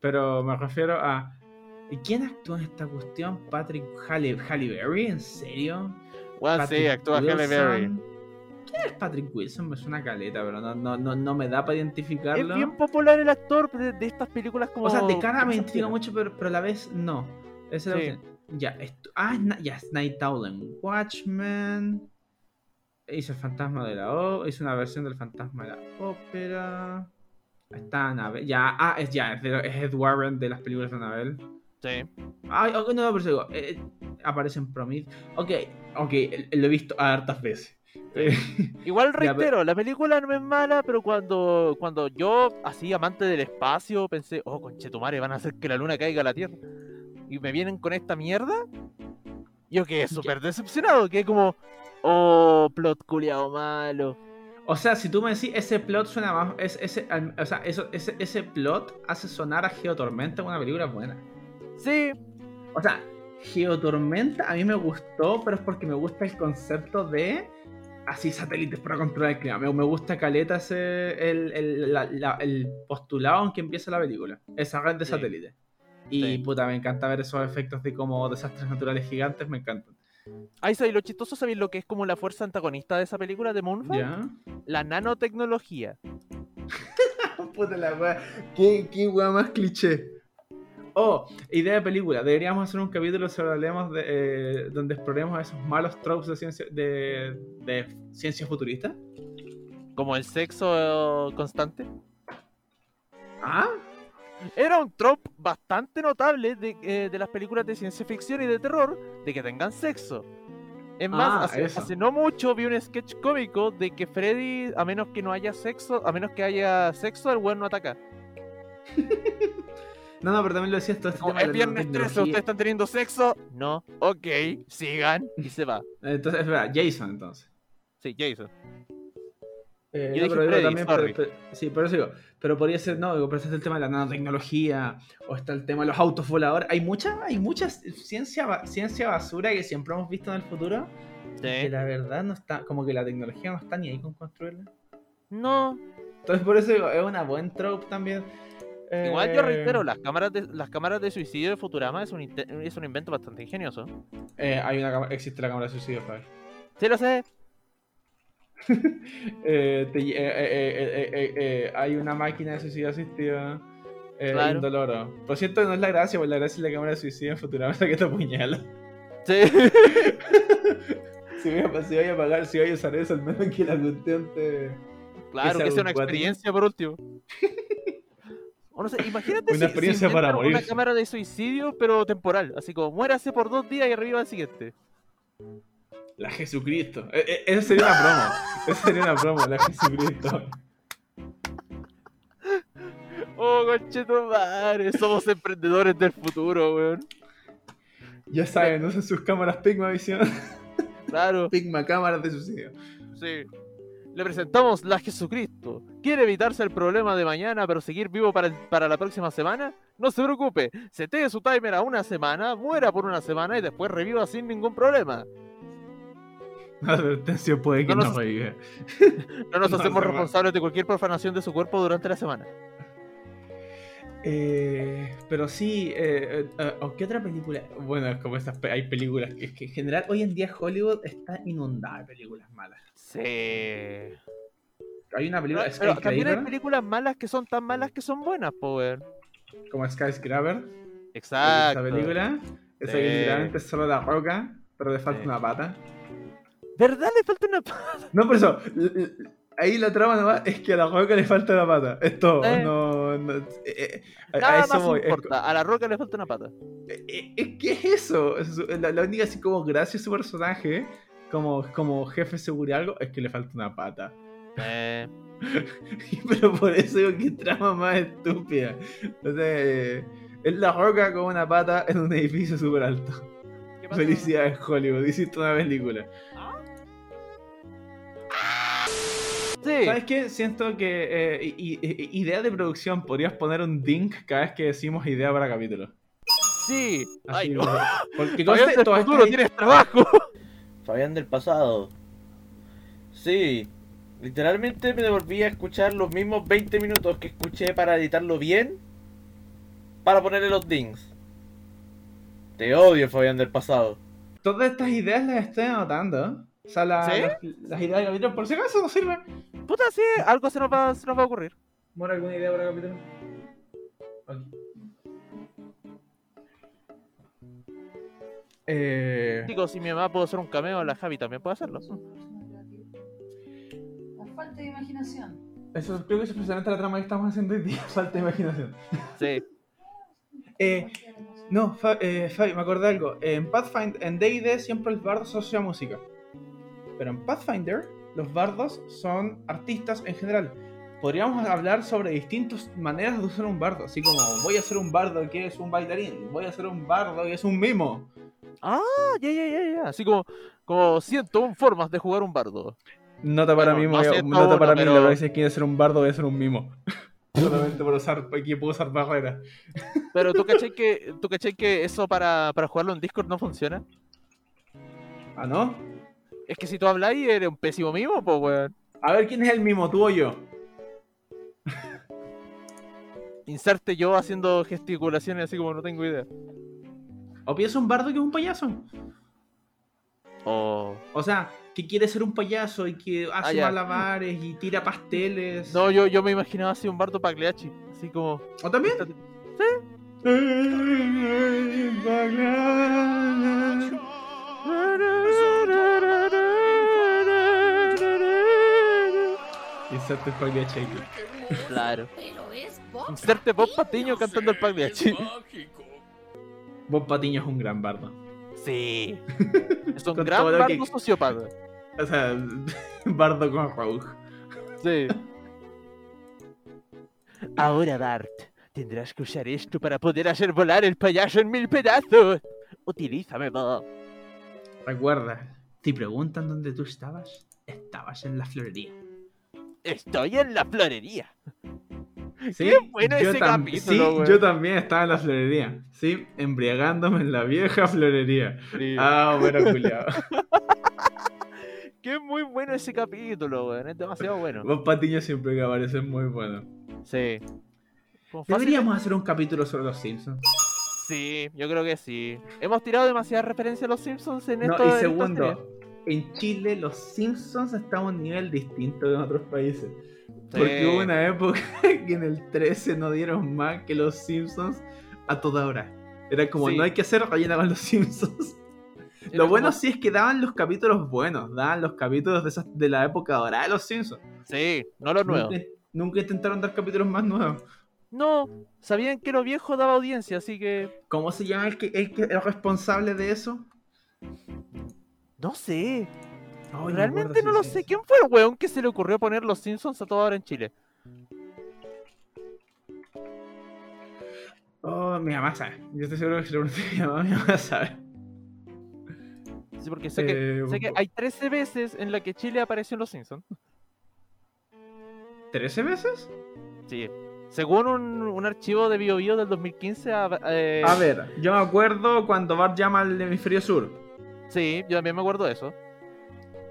Speaker 1: Pero me refiero a. ¿y ¿Quién actúa en esta cuestión? ¿Patrick Halle, Halle Berry? ¿En serio?
Speaker 2: Bueno, Ah, sí, actúa Halle Berry.
Speaker 1: ¿Quién es Patrick Wilson? Me suena caleta, pero no, no, no, no me da para
Speaker 2: Es
Speaker 1: identificarlo.
Speaker 2: bien popular el actor de, de estas películas como...
Speaker 1: O sea, de cara me intriga
Speaker 2: Shakespeare.
Speaker 1: mucho, pero, pero a la vez no. Esa es la
Speaker 2: Sí.
Speaker 1: cuestión. Ya, esto- ah, es Na- ya, es Night Owl en Watchmen. Hizo el fantasma de la O. Hizo una versión del fantasma de la ópera. Está Annabelle. Ya, ah, es ya, es, de- es Ed Warren de las películas de Annabelle.
Speaker 2: Sí.
Speaker 1: Ay, ok, no, no, pero digo, eh, aparece en Promise. Ok, ok, lo he visto hartas veces. Eh,
Speaker 2: Igual
Speaker 1: Ya, pero-
Speaker 2: reitero, la película no es mala, pero cuando, cuando yo, así amante del espacio, pensé, oh, conchetumare, van a hacer que la luna caiga a la Tierra. Y me vienen con esta mierda. Yo quedé súper decepcionado, quedé como, oh, plot culiao malo.
Speaker 1: O sea, si tú me decís, ese plot suena más. es- ese, al- o sea, eso, ese, ese plot hace sonar a Geotormenta una película buena.
Speaker 2: Sí,
Speaker 1: O sea, Geotormenta a mí me gustó, pero es porque me gusta el concepto de así satélites para controlar el clima. Me, me gusta Caleta ese, el, el- la- la- el postulado en que empieza la película, esa red de
Speaker 2: Sí.
Speaker 1: satélites. Y
Speaker 2: Sí.
Speaker 1: puta, me encanta ver esos efectos de como desastres naturales gigantes, me encantan.
Speaker 2: ahí sabéis lo chistoso, sabéis lo que es como la fuerza antagonista de esa película de Moonfall,
Speaker 1: ¿Ya?
Speaker 2: la nanotecnología.
Speaker 1: Puta la wea. Qué, qué wea más cliché. Oh, idea de película. Deberíamos hacer un capítulo sobre hablemos de, eh, donde exploremos esos malos tropes de ciencia, de, de ciencia futurista.
Speaker 2: Como el sexo eh, constante.
Speaker 1: Ah,
Speaker 2: Era un trope bastante notable de, eh, de las películas de ciencia ficción y de terror de que tengan sexo. Es más,
Speaker 1: Ah,
Speaker 2: hace,
Speaker 1: eso.
Speaker 2: hace no mucho vi un sketch cómico de que Freddy, a menos que no haya sexo, a menos que haya sexo, el weón no ataca.
Speaker 1: no, no, pero también lo decías todo este
Speaker 2: Como,
Speaker 1: tema
Speaker 2: es
Speaker 1: de
Speaker 2: viernes 13,
Speaker 1: tecnología".
Speaker 2: ustedes están teniendo sexo. No, ok, sigan. Y se va.
Speaker 1: Entonces, es verdad, Jason, entonces.
Speaker 2: Sí, Jason.
Speaker 1: Eh,
Speaker 2: Yo
Speaker 1: no,
Speaker 2: dije
Speaker 1: pero digo
Speaker 2: Freddy,
Speaker 1: también,
Speaker 2: sorry.
Speaker 1: pero- pero- sí, por eso digo, pero podría ser, no, digo, pero está el tema de la nanotecnología, o está el tema de los autos voladores. Hay mucha, hay mucha ciencia, ba- ciencia basura que siempre hemos visto en el futuro, que
Speaker 2: Sí.
Speaker 1: la verdad no está, como que la tecnología no está ni ahí con construirla.
Speaker 2: No,
Speaker 1: Entonces por eso digo, es una buen trope también. Eh,
Speaker 2: igual yo reitero, las cámaras de, las cámaras de suicidio de Futurama es un, inte- es un invento bastante ingenioso.
Speaker 1: eh, hay una cámara- existe la cámara de suicidio, Fabi.
Speaker 2: Sí, lo sé.
Speaker 1: Eh, te lle- eh, eh, eh, eh, eh, eh, hay una máquina de suicidio asistida. eh,
Speaker 2: Claro.
Speaker 1: indoloro. Por cierto, no es la gracia, porque la gracia es la cámara de suicidio en Futurama que te apuñala.
Speaker 2: Sí.
Speaker 1: Si voy, a, si voy a pagar, si voy a usar eso, al menos que la cuestión te...
Speaker 2: Claro,
Speaker 1: sea
Speaker 2: que sea una
Speaker 1: acuático.
Speaker 2: experiencia por último. O no sé, imagínate
Speaker 1: Una
Speaker 2: si- si
Speaker 1: experiencia para
Speaker 2: inventan una
Speaker 1: morirse.
Speaker 2: cámara de suicidio, pero temporal. Así como muérase por dos días y arriba al siguiente.
Speaker 1: La Jesucristo. Eh, eh, Esa sería una promo. Esa sería una promo, la Jesucristo.
Speaker 2: Oh, conchetumare, somos emprendedores del futuro, weón.
Speaker 1: Ya saben, usen sus cámaras Pigma Visión.
Speaker 2: Claro,
Speaker 1: Pigma cámaras de suicidio.
Speaker 2: sí. Le presentamos la Jesucristo. ¿Quiere evitarse el problema de mañana, pero seguir vivo para, el- para la próxima semana? No se preocupe, setee su timer a una semana, muera por una semana y después reviva sin ningún problema.
Speaker 1: Una advertencia puede que
Speaker 2: No
Speaker 1: no,
Speaker 2: nos-
Speaker 1: revive.
Speaker 2: No nos
Speaker 1: No, no,
Speaker 2: hacemos
Speaker 1: no.
Speaker 2: responsables de cualquier profanación de su cuerpo durante la semana.
Speaker 1: Eh, pero sí, eh, eh, eh, ¿o ¿qué otra película? Bueno, es como esas pe- hay películas que, es que en general hoy en día Hollywood está inundada de películas malas.
Speaker 2: Sí.
Speaker 1: Hay una
Speaker 2: Pero,
Speaker 1: película
Speaker 2: Ah, pero también hay
Speaker 1: Skyscraper,
Speaker 2: películas malas que son tan malas que son buenas, Power.
Speaker 1: como Skyscraper,
Speaker 2: Exacto.
Speaker 1: esa película, esa
Speaker 2: Ah, Sí.
Speaker 1: que literalmente es solo la roca, pero le falta
Speaker 2: Sí.
Speaker 1: una pata.
Speaker 2: ¿Verdad? Le falta una. pa-
Speaker 1: No, por eso, l- l- ahí la trama nomás es que a la roca le falta la pata. Esto,
Speaker 2: Sí.
Speaker 1: no, no, eh, eh, a- a,
Speaker 2: Nada
Speaker 1: eso
Speaker 2: más
Speaker 1: voy. Es,
Speaker 2: importa. A la roca le falta una pata.
Speaker 1: Eh, eh, ¿Qué es eso? Es su- La, la única así como gracia de su personaje, como, como jefe de seguridad algo, es que le falta una pata.
Speaker 2: Eh,
Speaker 1: Pero por eso digo que trama más estúpida. O sea, eh, es la roca con una pata en un edificio súper alto.
Speaker 2: ¿qué pasa?
Speaker 1: Felicidades Hollywood, hiciste una película.
Speaker 2: Sí.
Speaker 1: ¿Sabes qué? Siento que eh, i- i- i- idea de producción, podrías poner un dink cada vez que decimos idea para capítulo.
Speaker 2: Sí. Ay, no.
Speaker 1: como- Porque este-
Speaker 2: Fabián
Speaker 1: conste,
Speaker 2: del
Speaker 1: todas
Speaker 2: futuro,
Speaker 1: estas-
Speaker 2: tienes trabajo.
Speaker 3: Fabián del pasado. Sí, literalmente me devolví a escuchar los mismos 20 minutos que escuché para editarlo bien, para ponerle los dings. Te odio, Fabián del pasado.
Speaker 1: Todas estas ideas las estoy anotando. O sea, la-
Speaker 2: ¿Sí?
Speaker 1: las, las ideas de capítulo, por si acaso, no sirven.
Speaker 2: Puta, sí, algo se nos va, se nos va a ocurrir.
Speaker 1: ¿Mora alguna idea para capítulo? Aquí. Eh,
Speaker 2: Chicos, si mi mamá puede hacer un cameo, la Javi también puede hacerlo.
Speaker 4: La falta de imaginación.
Speaker 1: eso creo que eso es precisamente la trama que estamos haciendo hoy día. Falta de imaginación.
Speaker 2: Sí.
Speaker 1: Eh, No, Fa- eh, Fabi, me acordé de algo. En Pathfinder, en D&D siempre el bardo se asocia a música. Pero en Pathfinder, los bardos son artistas en general. Podríamos hablar sobre distintas maneras de usar un bardo. Así como, voy a ser un bardo que es un bailarín. Voy a ser un bardo que es un mimo.
Speaker 2: Ah, ya, ya, ya, ya. Así como, como 101 formas de jugar un bardo.
Speaker 1: Nota para
Speaker 2: Bueno,
Speaker 1: mí,
Speaker 2: no
Speaker 1: voy a-
Speaker 2: sé,
Speaker 1: nota
Speaker 2: no,
Speaker 1: para
Speaker 2: no,
Speaker 1: mí,
Speaker 2: pero-
Speaker 1: la verdad es que quiere ser un bardo voy a ser un mimo. Solamente por usar, aquí puedo usar barreras.
Speaker 2: Pero tú cachai que, tú cachai que eso para, para jugarlo en Discord no funciona.
Speaker 1: ¿Ah, no?
Speaker 2: Es que si tú habláis, eres un pésimo mimo, pues, weón.
Speaker 1: A ver, ¿quién es el mimo, tú o yo?
Speaker 2: Inserte yo haciendo gesticulaciones así como no tengo idea.
Speaker 1: O piensa un bardo que es un payaso.
Speaker 2: Oh.
Speaker 1: O sea, que quiere ser un payaso y que hace
Speaker 2: Ah, ya.
Speaker 1: malabares y tira pasteles.
Speaker 2: No, yo, yo me imaginaba así un bardo pagliacci. Así como.
Speaker 1: ¿O también?
Speaker 2: Estate-
Speaker 1: Inserte Julia Checo.
Speaker 2: Claro.
Speaker 4: Pero es Bob.
Speaker 2: Inserte Bob Patiño cantando el pagliacci.
Speaker 1: Bob Patiño es un gran bardo.
Speaker 2: Sí. Es un
Speaker 1: Con
Speaker 2: gran
Speaker 1: todo lo
Speaker 2: bardo
Speaker 1: que-
Speaker 2: sociópata.
Speaker 1: O sea, bardo con rogue.
Speaker 2: Sí. Ahora, Bart, tendrás que usar esto para poder hacer volar el payaso en mil pedazos. Utilízame, Bob.
Speaker 1: Recuerda, si preguntan dónde tú estabas, estabas en la florería.
Speaker 2: Estoy en la florería.
Speaker 1: Sí,
Speaker 2: Qué bueno ese
Speaker 1: tam-
Speaker 2: capítulo,
Speaker 1: sí,
Speaker 2: güey.
Speaker 1: yo también estaba en la florería. Sí, embriagándome en la vieja florería. Ah, bueno, culiao.
Speaker 2: Qué muy bueno ese capítulo, weón. Es demasiado bueno.
Speaker 1: Bob Patiño siempre que aparece es muy bueno.
Speaker 2: Sí. Como fácil-
Speaker 1: Deberíamos hacer un capítulo sobre los Simpsons.
Speaker 2: Sí, yo creo que sí. Hemos tirado demasiadas referencias a los Simpsons en
Speaker 1: No,
Speaker 2: esto. en
Speaker 1: y
Speaker 2: esta serie.
Speaker 1: segundo, en Chile los Simpsons estamos a un nivel distinto de otros países. Porque hubo una época que en el 13 no dieron más que los Simpsons a toda hora. Era como,
Speaker 2: Sí.
Speaker 1: no hay que hacer, rellena con los Simpsons.
Speaker 2: Era
Speaker 1: Lo
Speaker 2: como-
Speaker 1: bueno sí es que daban los capítulos buenos, daban los capítulos de, esas, de la época dorada de los Simpsons.
Speaker 2: Sí, no lo nuevo.
Speaker 1: Nunca, nunca intentaron dar capítulos más nuevos.
Speaker 2: No, sabían que lo viejo daba audiencia, así que.
Speaker 1: ¿Cómo se llama el que, el que es responsable de eso?
Speaker 2: No sé.
Speaker 1: Ay, no me
Speaker 2: Realmente
Speaker 1: acuerdo,
Speaker 2: no
Speaker 1: sí,
Speaker 2: lo
Speaker 1: sí.
Speaker 2: sé. ¿Quién fue el weón que se le ocurrió poner los Simpsons a toda hora en Chile?
Speaker 1: Oh, mi mamá sabe. Yo estoy seguro que si le pregunté a mi mamá, mi mamá sabe.
Speaker 2: Sí, porque sé, que,
Speaker 1: Eh,
Speaker 2: sé que hay 13 veces en la que Chile apareció en los Simpsons.
Speaker 1: ¿13 veces?
Speaker 2: Sí. Según un, un archivo de BioBio del 2015. A, eh,
Speaker 1: A ver, yo me acuerdo cuando Bart llama al hemisferio sur.
Speaker 2: Sí, yo también me acuerdo de eso.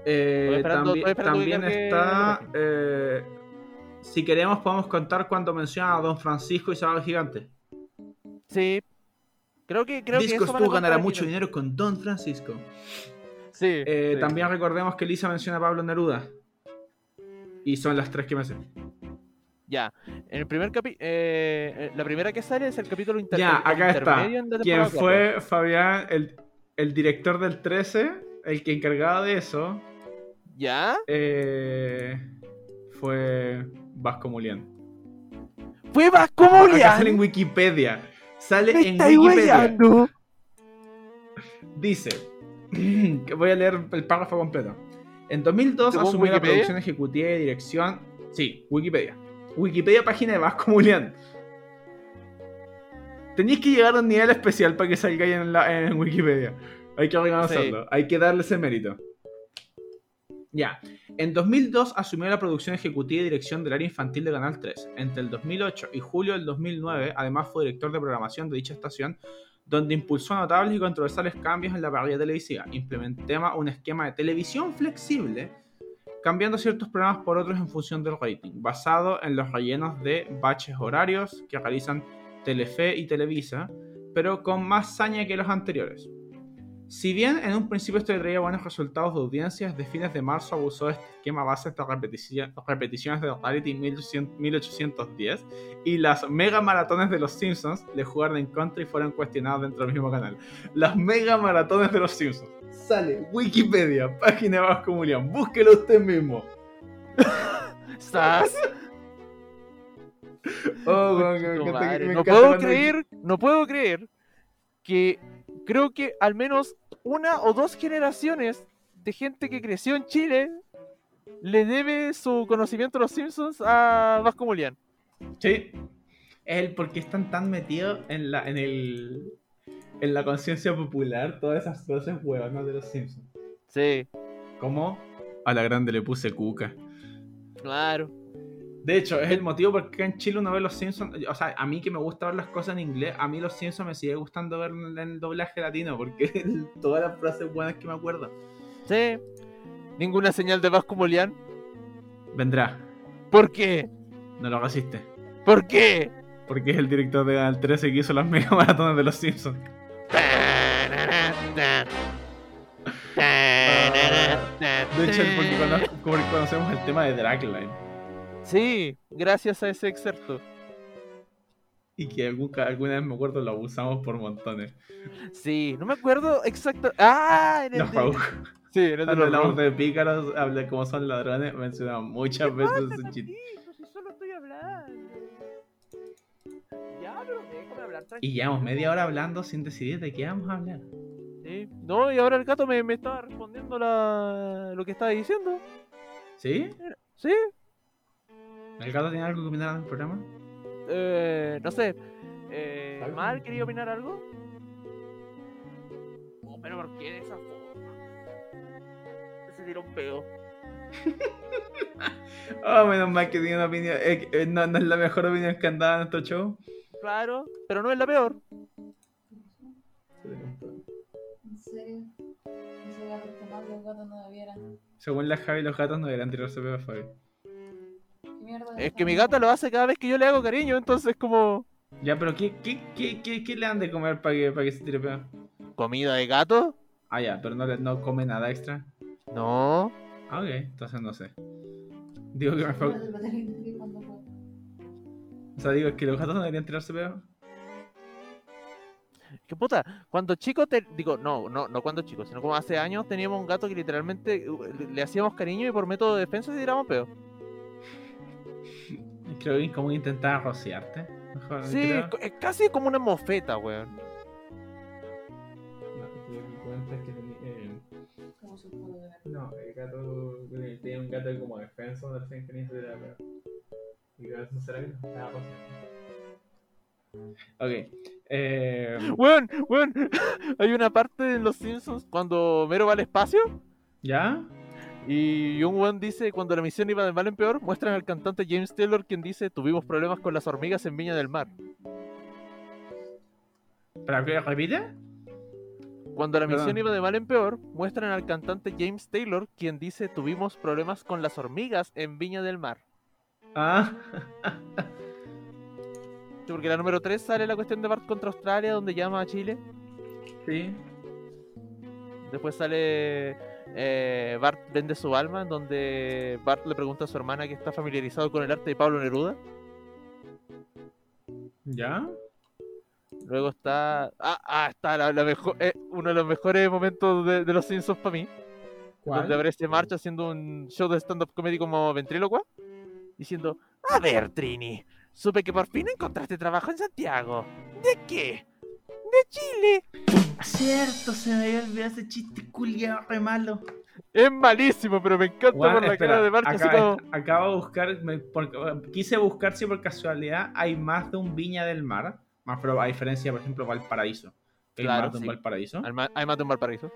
Speaker 1: Eh,
Speaker 2: Estoy esperando-
Speaker 1: tambi-
Speaker 2: estoy esperando que
Speaker 1: también
Speaker 2: cargue la
Speaker 1: está.
Speaker 2: página.
Speaker 1: eh, si queremos, podemos contar cuando menciona a Don Francisco y Sábado Gigante.
Speaker 2: Sí. Creo que. Creo que
Speaker 1: Discos
Speaker 2: eso van a
Speaker 1: tú
Speaker 2: contar
Speaker 1: ganará
Speaker 2: aquí
Speaker 1: mucho
Speaker 2: también.
Speaker 1: dinero con Don Francisco.
Speaker 2: Sí,
Speaker 1: Eh,
Speaker 2: sí.
Speaker 1: También recordemos que Lisa menciona a Pablo Neruda. Y son las tres que me hacen.
Speaker 2: Ya. En el primer capi eh, eh, la primera que sale es el capítulo inter
Speaker 1: Ya,
Speaker 2: el
Speaker 1: acá está.
Speaker 2: intermedio en la
Speaker 1: Quien
Speaker 2: temporada
Speaker 1: fue
Speaker 2: cuatro.
Speaker 1: Fabián, el, el director del 13, el que encargaba de eso,
Speaker 2: ¿Ya?
Speaker 1: eh, fue Vasco Mulián.
Speaker 2: ¡Fue Vasco
Speaker 1: Acá
Speaker 2: Molián!
Speaker 1: sale en Wikipedia. Sale
Speaker 2: ¡Me
Speaker 1: en
Speaker 2: estáis
Speaker 1: Wikipedia.
Speaker 2: hueveando!
Speaker 1: Dice, que voy a leer el párrafo completo. En 2002
Speaker 2: ¿Según
Speaker 1: asumió la
Speaker 2: Wikipedia?
Speaker 1: producción ejecutiva y dirección. Sí, Wikipedia. Wikipedia, página de Vasco Mulián. Tenéis que llegar a un nivel especial para que salga ahí en, la- en Wikipedia. Hay que reconocerlo, hay que darle ese mérito. Ya. En 2002 asumió la producción ejecutiva y dirección del área infantil de Canal 3. Entre el 2008 y julio del 2009, además fue director de programación de dicha estación donde impulsó notables y controversiales cambios en la parrilla televisiva. Implementaba un esquema de televisión flexible, cambiando ciertos programas por otros en función del rating, basado en los rellenos de baches horarios que realizan Telefe y Televisa, pero con más saña que los anteriores. Si bien en un principio esto le traía buenos resultados de audiencias, de fines de marzo abusó de este esquema base hasta repetici- repeticiones de reality 1800 1810 y las mega maratones de los Simpsons le jugaron en contra y fueron cuestionados dentro del mismo canal. Las mega maratones de los Simpsons. Sale Wikipedia, página de Vasco Mulián. Búsquelo usted mismo.
Speaker 2: ¡Sas!
Speaker 1: Oh, weón, que me
Speaker 2: Conchito
Speaker 1: encanta-
Speaker 2: madre.
Speaker 1: me
Speaker 2: No
Speaker 1: encanta
Speaker 2: puedo
Speaker 1: cuando-
Speaker 2: creer, no puedo creer que creo que al menos una o dos generaciones de gente que creció en Chile le debe su conocimiento de los Simpsons a Vasco Molián.
Speaker 1: Sí. Él, porque están tan metidos en la, en el, en la conciencia popular todas esas cosas huevonas de los Simpsons?
Speaker 2: Sí,
Speaker 1: Como a la grande le puse cuca.
Speaker 2: claro.
Speaker 1: De hecho, es el motivo por qué en Chile uno ve los Simpsons. O sea, a mí que me gusta ver las cosas en inglés, a mí los Simpsons me sigue gustando ver en el doblaje latino, porque el- todas las frases buenas que me acuerdo.
Speaker 2: Sí. Ninguna señal de Vasco Molián.
Speaker 1: Vendrá,
Speaker 2: ¿Por qué?
Speaker 1: no lo resiste.
Speaker 2: ¿Por qué?
Speaker 1: Porque es el director de Canal 13 que hizo las mega maratones de los Simpsons. Ah, De hecho, el- porque cono- porque conocemos el tema de Dragline.
Speaker 2: Sí, gracias a ese excerto.
Speaker 1: Y que algún- alguna vez me acuerdo lo abusamos por montones.
Speaker 2: Sí, no me acuerdo exacto. ¡Ah! En el
Speaker 1: Los
Speaker 2: de-
Speaker 1: Raúl,
Speaker 2: Sí, en el de
Speaker 1: cuando
Speaker 2: los
Speaker 1: hablamos
Speaker 2: Raúl.
Speaker 1: de pícaros, hablé como son ladrones, mencionamos muchas veces ese chiste.
Speaker 2: Hijo, pues, si solo estoy hablando. Ya, pero déjame hablar
Speaker 1: Y
Speaker 2: tranquilo.
Speaker 1: llevamos media hora hablando sin decidir de qué vamos a hablar.
Speaker 2: Sí. No, y ahora el gato me, me estaba respondiendo la... lo que estaba diciendo.
Speaker 1: ¿Sí?
Speaker 2: Sí,
Speaker 1: ¿El gato tiene algo que opinar del programa?
Speaker 2: eh, no sé. Eh,
Speaker 1: ¿Algo?
Speaker 2: ¿Mal quería opinar algo? Oh, pero ¿por qué de esa forma? Se tiró un peo.
Speaker 1: Oh, menos mal que tiene una opinión. eh, eh, no, no es la mejor opinión que han dado en nuestro show.
Speaker 2: Claro, pero no es la peor.
Speaker 4: ¿En serio? ¿En serio? Porque más los gatos no debieran.
Speaker 1: Según la Javi, los gatos no deberían tirarse pedo a Fabi.
Speaker 4: ¿Qué mierda de
Speaker 2: Es que mi
Speaker 4: familia?
Speaker 2: gata lo hace cada vez que yo le hago cariño, entonces como...
Speaker 1: Ya, pero ¿qué, qué, qué, qué, qué le han de comer para que, para que se tire pedo?
Speaker 2: ¿Comida de gato?
Speaker 1: Ah, ya, pero no, le- no come nada extra.
Speaker 2: No,
Speaker 1: Ah, ok, entonces no sé. Digo que me fue...
Speaker 4: El veterinario cuando fue.
Speaker 1: O sea, digo, es que los gatos no deberían tirarse pedos.
Speaker 2: ¿Qué puta? Cuando chico te. Digo, no, no, no cuando chico, sino como hace años teníamos un gato que literalmente uh, le, le hacíamos cariño y por método de defensa se tiramos pedo.
Speaker 1: Creo que es como intentar rociarte. Mejor,
Speaker 2: Sí,
Speaker 1: creo.
Speaker 2: co- es casi como una mofeta, weón.
Speaker 1: No, lo que me cuenta es que tenía- eh,
Speaker 4: Como su culo de gato.
Speaker 1: No, el gato. eh, Tenía un gato como defensa de recién que ni se era, pero. Y creo que sinceramente no estaba rociando. Ok. Eh,
Speaker 2: Weón, weón. Hay una parte en Los Simpsons cuando Mero va al espacio
Speaker 1: ¿Ya?
Speaker 2: y un weón dice: Cuando la misión iba de mal en peor, muestran al cantante James Taylor quien dice: Tuvimos problemas con las hormigas en Viña del Mar.
Speaker 1: ¿Para qué repite?
Speaker 2: Cuando la misión
Speaker 1: Perdón.
Speaker 2: iba de mal en peor, muestran al cantante James Taylor quien dice: Tuvimos problemas con las hormigas en Viña del Mar.
Speaker 1: Ah.
Speaker 2: Sí, porque la número 3 sale la cuestión de Bart contra Australia, donde llama a Chile.
Speaker 1: Sí.
Speaker 2: Después sale eh, Bart vende su alma, en donde Bart le pregunta a su hermana que está familiarizado con el arte de Pablo Neruda.
Speaker 1: ¿Ya?
Speaker 2: Luego está. Ah, ah está la, la mejor, eh, uno de los mejores momentos de, de los Simpsons para mí. Donde aparece March haciendo un show de stand-up comedy como ventrílocua. Diciendo: A ver, Trini, supe que por fin encontraste trabajo en Santiago. ¿De qué? De Chile.
Speaker 1: Cierto, se me había olvidado ese chiste culiado re malo.
Speaker 2: Es malísimo, pero me encanta
Speaker 1: Juan,
Speaker 2: por la
Speaker 1: espera,
Speaker 2: cara de March. así
Speaker 1: acá-
Speaker 2: como-
Speaker 1: Acabo de buscar, me- por- quise buscar si por casualidad hay más de un Viña del Mar, más pero a diferencia, por ejemplo, Valparaíso. que Hay
Speaker 2: Claro,
Speaker 1: más de un
Speaker 2: sí.
Speaker 1: Valparaíso.
Speaker 2: Alma- Hay más de un Valparaíso.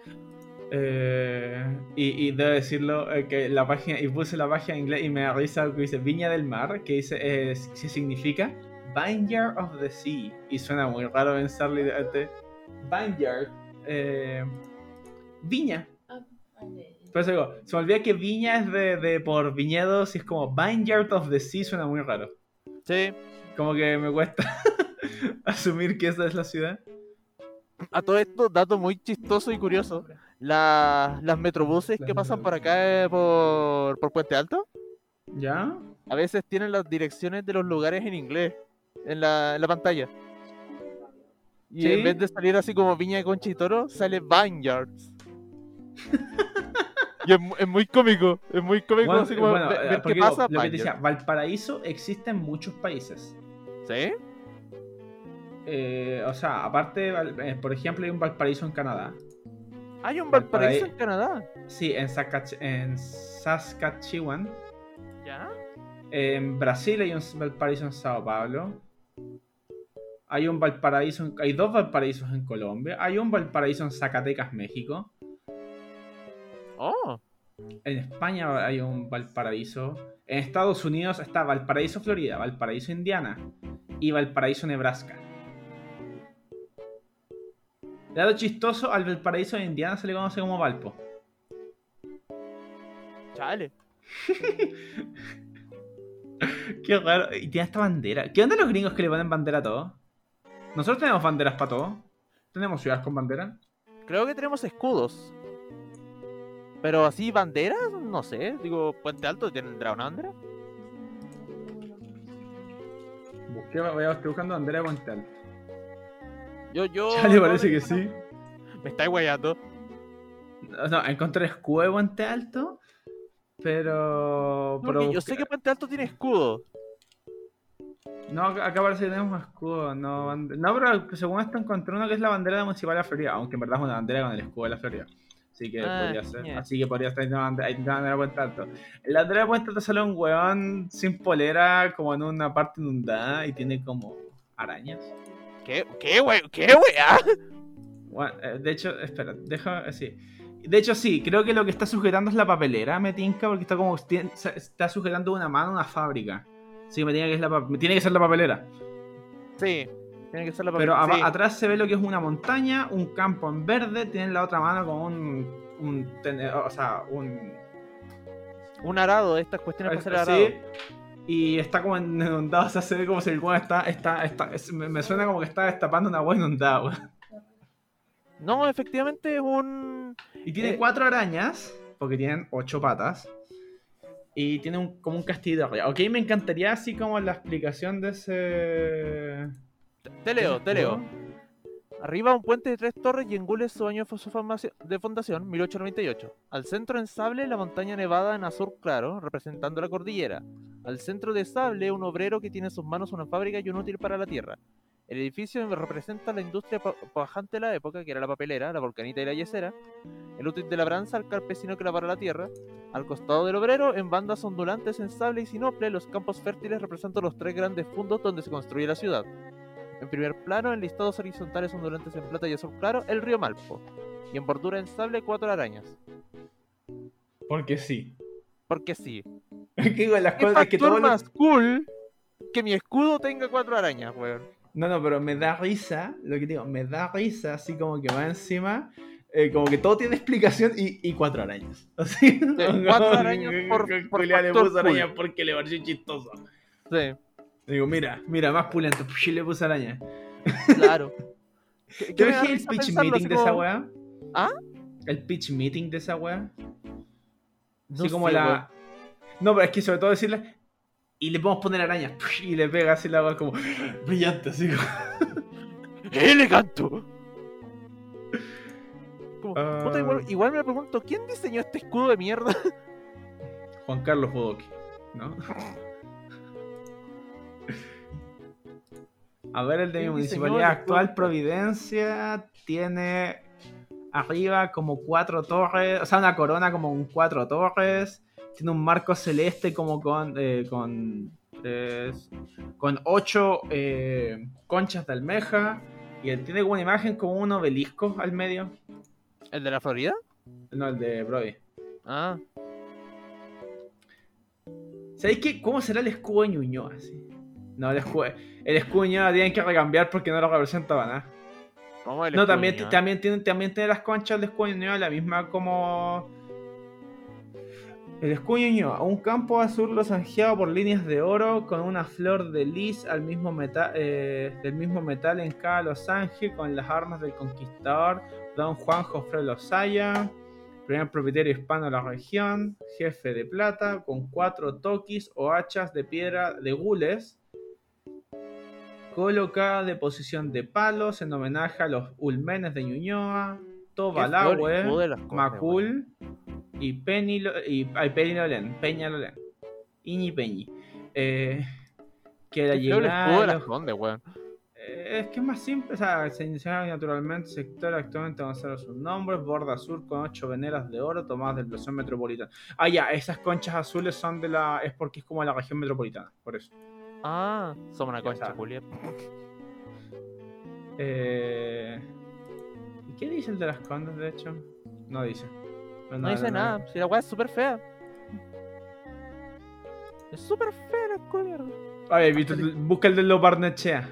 Speaker 1: Eh, y, y debo decirlo eh, que la página, y puse la página en inglés y me da risa que dice Viña del Mar, que dice, eh, que significa Vineyard of the Sea. Y suena muy raro pensarlo. y- eh, Vineyard, eh, viña.
Speaker 4: Ay, ay, ay.
Speaker 1: Por eso digo, se me olvida que viña es de, de por viñedos y es como Vineyard of the Sea suena muy raro.
Speaker 2: Sí,
Speaker 1: Como que me cuesta asumir que esa es la ciudad.
Speaker 2: a todo esto, dato muy chistoso y curioso. La- las metrobuses que pasan por acá eh, por, por Puente Alto,
Speaker 1: ¿Ya?
Speaker 2: a veces tienen las direcciones de los lugares en inglés en la, en la pantalla. Y
Speaker 1: Sí.
Speaker 2: en vez de salir así como Viña de Concha y Toro, sale Vineyards. y es, mu- es muy cómico, es muy cómico
Speaker 1: Bueno,
Speaker 2: así como
Speaker 1: bueno,
Speaker 2: ve-
Speaker 1: eh,
Speaker 2: ver
Speaker 1: porque
Speaker 2: qué
Speaker 1: digo,
Speaker 2: pasa.
Speaker 1: lo que te decía,
Speaker 2: Vineyards.
Speaker 1: Valparaíso existe en muchos países.
Speaker 2: ¿Sí?
Speaker 1: Eh, o sea, aparte, de Val- eh, por ejemplo, hay un Valparaíso en Canadá.
Speaker 2: Hay un
Speaker 1: Valparaí-
Speaker 2: Valparaíso en Canadá.
Speaker 1: Sí, en, Saskatch- en Saskatchewan.
Speaker 2: ¿Ya?
Speaker 1: En Brasil hay un Valparaíso en Sao Paulo. Hay un Valparaíso, en- hay dos Valparaísos en Colombia. Hay un Valparaíso en Zacatecas, México.
Speaker 2: Oh,
Speaker 1: En España hay un Valparaíso. En Estados Unidos está Valparaíso, Florida, Valparaíso, Indiana y Valparaíso, Nebraska. Dado chistoso, al Valparaíso de Indiana se le conoce como Valpo.
Speaker 2: chale.
Speaker 1: Qué raro. Y tiene esta bandera. ¿Qué onda los gringos que le ponen bandera a todo? Nosotros tenemos banderas para todo. Tenemos ciudades con bandera.
Speaker 2: Creo que tenemos escudos. Pero así banderas, no sé. Digo, Puente Alto tendrá una bandera.
Speaker 1: Busqué, voy a estoy buscando bandera de Puente Alto.
Speaker 2: Yo, yo.
Speaker 1: Ya le
Speaker 2: Oh, no
Speaker 1: parece que
Speaker 2: recuerdo.
Speaker 1: sí.
Speaker 2: Me estáis guayando.
Speaker 1: No, encontré escudo de Puente Alto. Pero.
Speaker 2: No,
Speaker 1: pero
Speaker 2: que yo
Speaker 1: busqué-
Speaker 2: sé que Puente Alto tiene escudo.
Speaker 1: No, acá acá parece que tenemos escudo, no bande- No, pero según esto encontré uno que es la bandera municipal de la Florida, aunque en verdad es una bandera con el escudo de la Florida. Así que
Speaker 2: Ah,
Speaker 1: podría ser.
Speaker 2: genial.
Speaker 1: Así que podría estar ahí una bandera, ahí una bandera de Puente Alto. En la bandera de Puente Alto sale un weón sin polera, como en una parte inundada, y tiene como arañas.
Speaker 2: ¿Qué, qué, wey, qué weá?
Speaker 1: Gua- eh, de hecho, espera, deja así. De hecho, sí, creo que lo que está sujetando es la papelera, me tinca, porque está como. tien- se- Está sujetando una mano una fábrica. Sí, me tiene que, es la pa- me tiene que ser la papelera.
Speaker 2: Sí, tiene que ser la
Speaker 1: Pero
Speaker 2: papel-
Speaker 1: aba-
Speaker 2: sí.
Speaker 1: atrás se ve lo que es una montaña, un campo en verde, tienen la otra mano con un, un tene- o sea, un...
Speaker 2: Un arado, estas cuestiones para ser
Speaker 1: así,
Speaker 2: arado.
Speaker 1: y está como inundado, o sea, se ve como si el weón está, está, está es- me, me suena como que está destapando una buena inundada, weón.
Speaker 2: No, efectivamente es un.
Speaker 1: Y tiene
Speaker 2: Eh.
Speaker 1: cuatro arañas, porque tienen ocho patas. Y tiene un- como un castillo de arena. Ok, me encantaría así como la explicación de ese...
Speaker 2: Te leo, te leo. Arriba un puente de tres torres y en Gules su año fue su formación- de fundación, 1898. Al centro en Sable, la montaña nevada en azul claro, representando la cordillera. Al centro de Sable, un obrero que tiene en sus manos una fábrica y un útil para la tierra. El edificio representa la industria pa- pajante de la época, que era la papelera, la volcanita y la yesera. El útil de labranza, el campesino que labra la tierra. Al costado del obrero, en bandas ondulantes en sable y sinople, los campos fértiles representan los tres grandes fundos donde se construye la ciudad. En primer plano, en listados horizontales ondulantes en plata y azul claro, el río Malpo. Y en bordura en sable, cuatro arañas.
Speaker 1: Porque sí.
Speaker 2: Porque sí.
Speaker 1: Que digo, las
Speaker 2: ¿Qué
Speaker 1: cosas es
Speaker 2: factor
Speaker 1: que todos los-
Speaker 2: más cool que mi escudo tenga cuatro arañas, weón?
Speaker 1: No, no, pero me da risa, lo que digo, me da risa, así como que va encima, eh, como que todo tiene explicación y, y cuatro arañas. Así,
Speaker 2: Eh, cuatro arañas por-
Speaker 1: que
Speaker 2: por
Speaker 1: Julia le
Speaker 2: factor
Speaker 1: puso arañas
Speaker 2: cool.
Speaker 1: porque le pareció chistoso.
Speaker 2: Sí,
Speaker 1: Digo, mira, mira, más pulento, psh, le puse araña.
Speaker 2: claro. ¿Qué, qué
Speaker 1: ¿Qué
Speaker 2: me da
Speaker 1: dije el
Speaker 2: risa
Speaker 1: pitch
Speaker 2: pensarlo,
Speaker 1: meeting
Speaker 2: así
Speaker 1: de esa
Speaker 2: como-
Speaker 1: weá?
Speaker 2: ¿Ah?
Speaker 1: ¿El pitch meeting de esa weá?
Speaker 2: No
Speaker 1: Así como
Speaker 2: sé, weón.
Speaker 1: la... No, pero es que sobre todo decirle... Y le podemos poner arañas. psh, Y le pega así la weá como... Brillante, así como...
Speaker 2: ¡Elegante! Como,
Speaker 1: Ah.
Speaker 2: puta, igual, igual me pregunto, ¿quién diseñó este escudo de mierda?
Speaker 1: Juan Carlos Bodoque, ¿no? A ver, el de mi
Speaker 2: Sí,
Speaker 1: municipalidad
Speaker 2: señor.
Speaker 1: actual, Providencia, tiene arriba como cuatro torres, o sea, una corona como con cuatro torres, tiene un marco celeste como con, eh, con, tres- con ocho eh, conchas de almeja, y él tiene como una imagen como un obelisco al medio,
Speaker 2: ¿El de la Florida?
Speaker 1: no, el de Brody.
Speaker 2: Ah,
Speaker 1: ¿Sabéis qué? ¿Cómo será el escudo de Ñuñoa? sí? No, el escudo, el escudo de Ñuñoa tienen que recambiar porque no lo representaba nada.
Speaker 2: ¿cómo el
Speaker 1: No,
Speaker 2: escudo
Speaker 1: también,
Speaker 2: ñoa?
Speaker 1: también, tiene, también tiene las conchas del escudo de Ñuñoa, la misma como... El escudo de Ñuñoa, un campo azul losanjeado por líneas de oro con una flor de lis al mismo meta- eh, del mismo metal en cada losange con las armas del conquistador Don Juan Jofre Lozaya, primer propietario hispano de la región, jefe de plata, con cuatro toquis o hachas de piedra de gules, colocada de posición de palos en homenaje a los ulmenes de Ñuñoa,
Speaker 2: Qué feo el escudo
Speaker 1: Tobalahue,
Speaker 2: de las Condes, weón.
Speaker 1: Macul y Penilo, y, ay, Penilolén, Peñalolén, Iñi Peñi. Eh, que la
Speaker 2: Qué feo el
Speaker 1: llegada
Speaker 2: escudo de
Speaker 1: de
Speaker 2: las
Speaker 1: los-
Speaker 2: Condes, weón.
Speaker 1: eh, Es que es más simple, o sea, se iniciaron naturalmente sector actualmente avanzaron sus nombres, borda sur con ocho veneras de oro tomadas del blasón metropolitano. Ah, ya, esas conchas azules son de la... es porque es como la región metropolitana, por eso.
Speaker 2: Ah, somos una
Speaker 1: Ya
Speaker 2: concha,
Speaker 1: está.
Speaker 2: Juliet.
Speaker 1: Eh... ¿Y qué dice el de las condes, de hecho? No dice.
Speaker 2: No, dice nada, si la weá es súper fea. Es súper fea la escudo de mierda.
Speaker 1: A ver, Víctor, busca el de los Barnechea.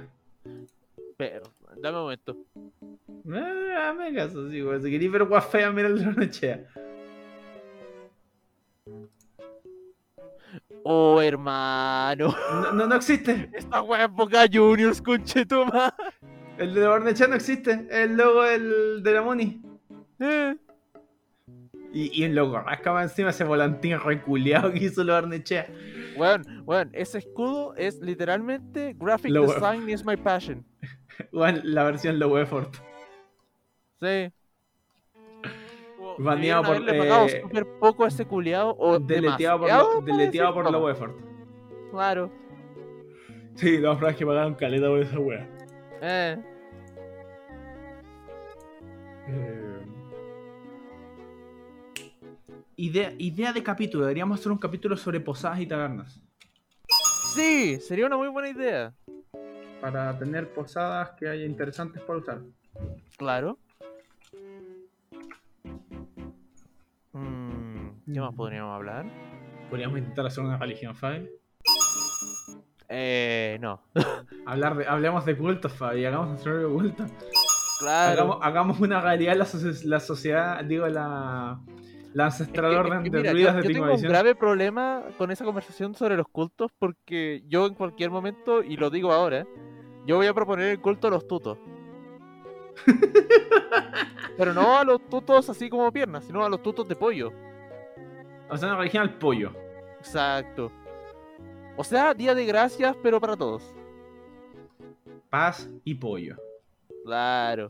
Speaker 2: Pero, dame un momento.
Speaker 1: Eh, hazme caso, sí, güey. Si queréis ver guas feas, mira el de los Barnechea.
Speaker 2: Oh, hermano.
Speaker 1: No, no, no existe.
Speaker 2: Esta weá es Boca Juniors, conchetuma.
Speaker 1: El de los Barnechea no existe. Es El logo del, de la Muni.
Speaker 2: Eh,
Speaker 1: Y, y el loco rasca más encima ese volantín reculeado que hizo lo Barnechea.
Speaker 2: Weón, weón, ese escudo es literalmente Graphic
Speaker 1: Lo weón.
Speaker 2: Design is my passion.
Speaker 1: Bueno, la versión low effort.
Speaker 2: Sí. Como
Speaker 1: Baneado
Speaker 2: debieron
Speaker 1: por,
Speaker 2: haberle pagado
Speaker 1: eh,
Speaker 2: súper poco a ese culiado. O
Speaker 1: Deleteado por,
Speaker 2: Oh, demasiado,
Speaker 1: lo,
Speaker 2: para
Speaker 1: deleteado
Speaker 2: decir
Speaker 1: por
Speaker 2: poco.
Speaker 1: low effort.
Speaker 2: Claro.
Speaker 1: Sí, los fras que pagaron caleta por esa wea.
Speaker 2: Eh.
Speaker 1: Eh, Idea, idea de capítulo. Deberíamos hacer un capítulo sobre posadas y tabernas.
Speaker 2: Sí, sería una muy buena idea.
Speaker 1: Para tener posadas que haya interesantes para usar.
Speaker 2: Claro. Mm, ¿Qué más podríamos hablar?
Speaker 1: Podríamos intentar hacer una religión, Fabi.
Speaker 2: Eh, no.
Speaker 1: Hablar de, hablemos de cultos, Fabi. Hagamos nuestro propio culto. Hagamos,
Speaker 2: Claro.
Speaker 1: hagamos una realidad la, socie- la sociedad, digo, la, la ancestral
Speaker 2: Es que- es
Speaker 1: orden
Speaker 2: que
Speaker 1: de
Speaker 2: mira,
Speaker 1: druidas
Speaker 2: yo,
Speaker 1: de
Speaker 2: yo tengo
Speaker 1: Pingo
Speaker 2: un grave problema con esa conversación sobre los cultos porque yo en cualquier momento, y lo digo ahora, yo voy a proponer el culto a los tutos. Pero no a los tutos así como piernas, sino a los tutos de pollo.
Speaker 1: O sea, una religión al pollo.
Speaker 2: Exacto. O sea, día de gracias, pero para todos.
Speaker 1: Paz y pollo.
Speaker 2: Claro.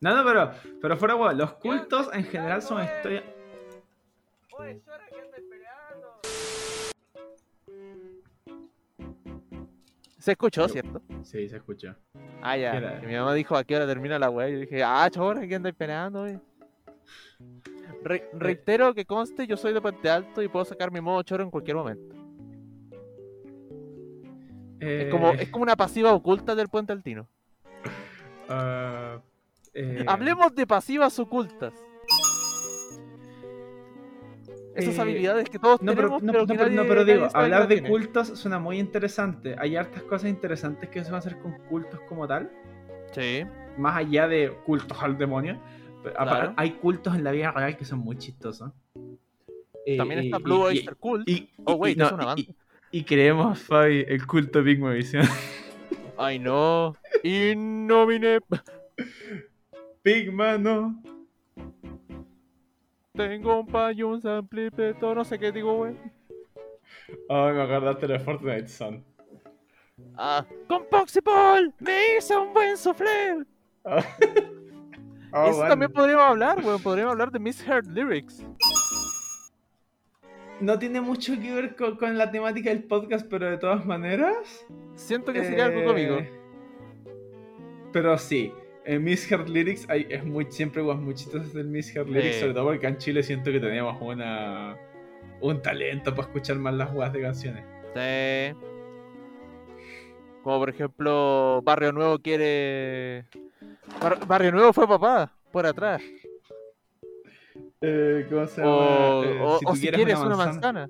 Speaker 1: No, no, pero, pero fuera huevo, los cultos en general son historias.
Speaker 2: Se escuchó, ¿cierto?
Speaker 1: Sí, se escucha.
Speaker 2: Ah, ya.
Speaker 1: ¿Qué era?
Speaker 2: Que mi mamá dijo a qué hora termina la weá. Yo dije, ah, chora, ¿qué andáis esperando, wey?
Speaker 1: Eh.
Speaker 2: Re- reitero que conste, yo soy de Puente Alto y puedo sacar mi modo choro en cualquier momento.
Speaker 1: Eh,
Speaker 2: Es, como, es como una pasiva oculta del Puente Altino.
Speaker 1: ah, eh,
Speaker 2: Hablemos de pasivas ocultas. Esas
Speaker 1: Eh,
Speaker 2: habilidades que todos
Speaker 1: No, pero,
Speaker 2: tenemos,
Speaker 1: no,
Speaker 2: pero,
Speaker 1: no,
Speaker 2: que
Speaker 1: pero- no,
Speaker 2: nadie-
Speaker 1: pero
Speaker 2: nadie
Speaker 1: digo,
Speaker 2: sabe que
Speaker 1: hablar
Speaker 2: las
Speaker 1: de
Speaker 2: tiene.
Speaker 1: cultos suena muy interesante. Hay hartas cosas interesantes que se van a hacer con cultos como tal.
Speaker 2: Sí.
Speaker 1: Más allá de cultos al demonio. Pero apar-
Speaker 2: Claro.
Speaker 1: Hay cultos en la vida real que son muy chistosos. Eh,
Speaker 2: También
Speaker 1: y-
Speaker 2: está
Speaker 1: y-
Speaker 2: Blue
Speaker 1: y-
Speaker 2: Oyster Cult.
Speaker 1: Y,
Speaker 2: Oh,
Speaker 1: y-
Speaker 2: wait,
Speaker 1: y- no,
Speaker 2: es una
Speaker 1: y-
Speaker 2: banda.
Speaker 1: Y, y creemos, Fabi, el culto Big Movision.
Speaker 2: Ay, no. Y no vine.
Speaker 1: Big Mano.
Speaker 2: Tengo un payo, un sample, todo no sé qué digo, güey.
Speaker 1: Ay, Ah, me acordaste de Fortnite Son.
Speaker 2: Ah, con Poxyball me hice un buen soufflé. Eso también podríamos hablar, güey. Podríamos hablar de Misheard Lyrics.
Speaker 1: No tiene mucho que ver con, con la temática del podcast, pero de todas maneras.
Speaker 2: Siento que sería algo
Speaker 1: eh,
Speaker 2: conmigo.
Speaker 1: Pero sí, en Miss Heart Lyrics hay, es muy, siempre hubo muy chistosas del Miss Heart Lyrics,
Speaker 2: Eh.
Speaker 1: sobre todo porque en Chile siento que teníamos una, un talento para escuchar más las jugadas de canciones.
Speaker 2: Sí. Como por ejemplo, Barrio Nuevo quiere. Bar- Barrio Nuevo fue papá, por atrás.
Speaker 1: Eh, ¿Cómo se
Speaker 2: O,
Speaker 1: llama? Eh,
Speaker 2: o- o si, quieres, una, manzana.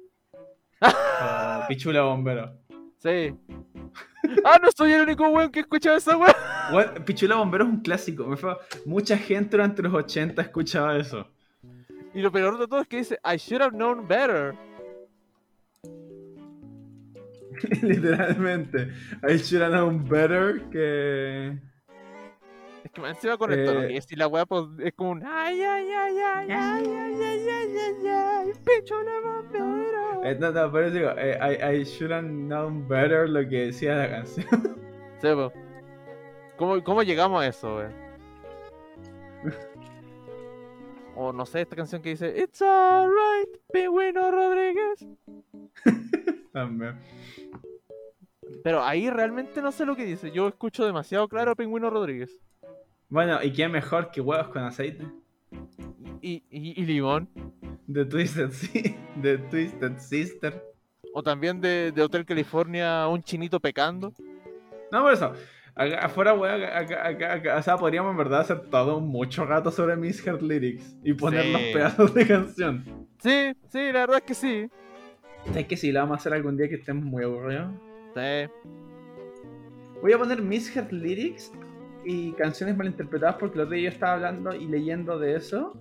Speaker 1: Ah, pichula bombero.
Speaker 2: Sí. ah, no soy el único weón que escuchaba esa weón.
Speaker 1: Bueno, pichula bombero es un clásico. me fue- Mucha gente durante los 80 escuchaba eso.
Speaker 2: Y lo peor de todo es que dice, I should have known better.
Speaker 1: Literalmente. I should have known better que.
Speaker 2: Es que me encima con el tono
Speaker 1: Eh.
Speaker 2: que es y la weá pues, es como un ay ay ay ay ay ay ay ay ay ay pecho la bombero.
Speaker 1: Eh, no, no, pero digo, eh, I, I should have known better lo que decía la canción.
Speaker 2: Sí, po. ¿Cómo, ¿Cómo llegamos a eso, weón? O no sé, esta canción que dice It's alright, Pingüino Rodríguez.
Speaker 1: También.
Speaker 2: Pero ahí realmente no sé lo que dice. Yo escucho demasiado claro a Pingüino Rodríguez.
Speaker 1: Bueno, ¿y qué mejor que huevos con aceite?
Speaker 2: Y, y, y Limón.
Speaker 1: De Twisted, Si- de Twisted Sister.
Speaker 2: O también de, de Hotel California, un chinito pecando.
Speaker 1: No, por eso. Acá, afuera, hueá, acá, acá, acá, acá. O sea, podríamos en verdad hacer todo un mucho rato sobre Miss Heart Lyrics y poner
Speaker 2: Sí.
Speaker 1: los pedazos de canción.
Speaker 2: Sí, sí, la verdad es que sí.
Speaker 1: Es que si la vamos a hacer algún día que estemos muy aburridos.
Speaker 2: Sí.
Speaker 1: Voy a poner Misheard Lyrics y canciones malinterpretadas porque el otro día yo estaba hablando y leyendo de eso.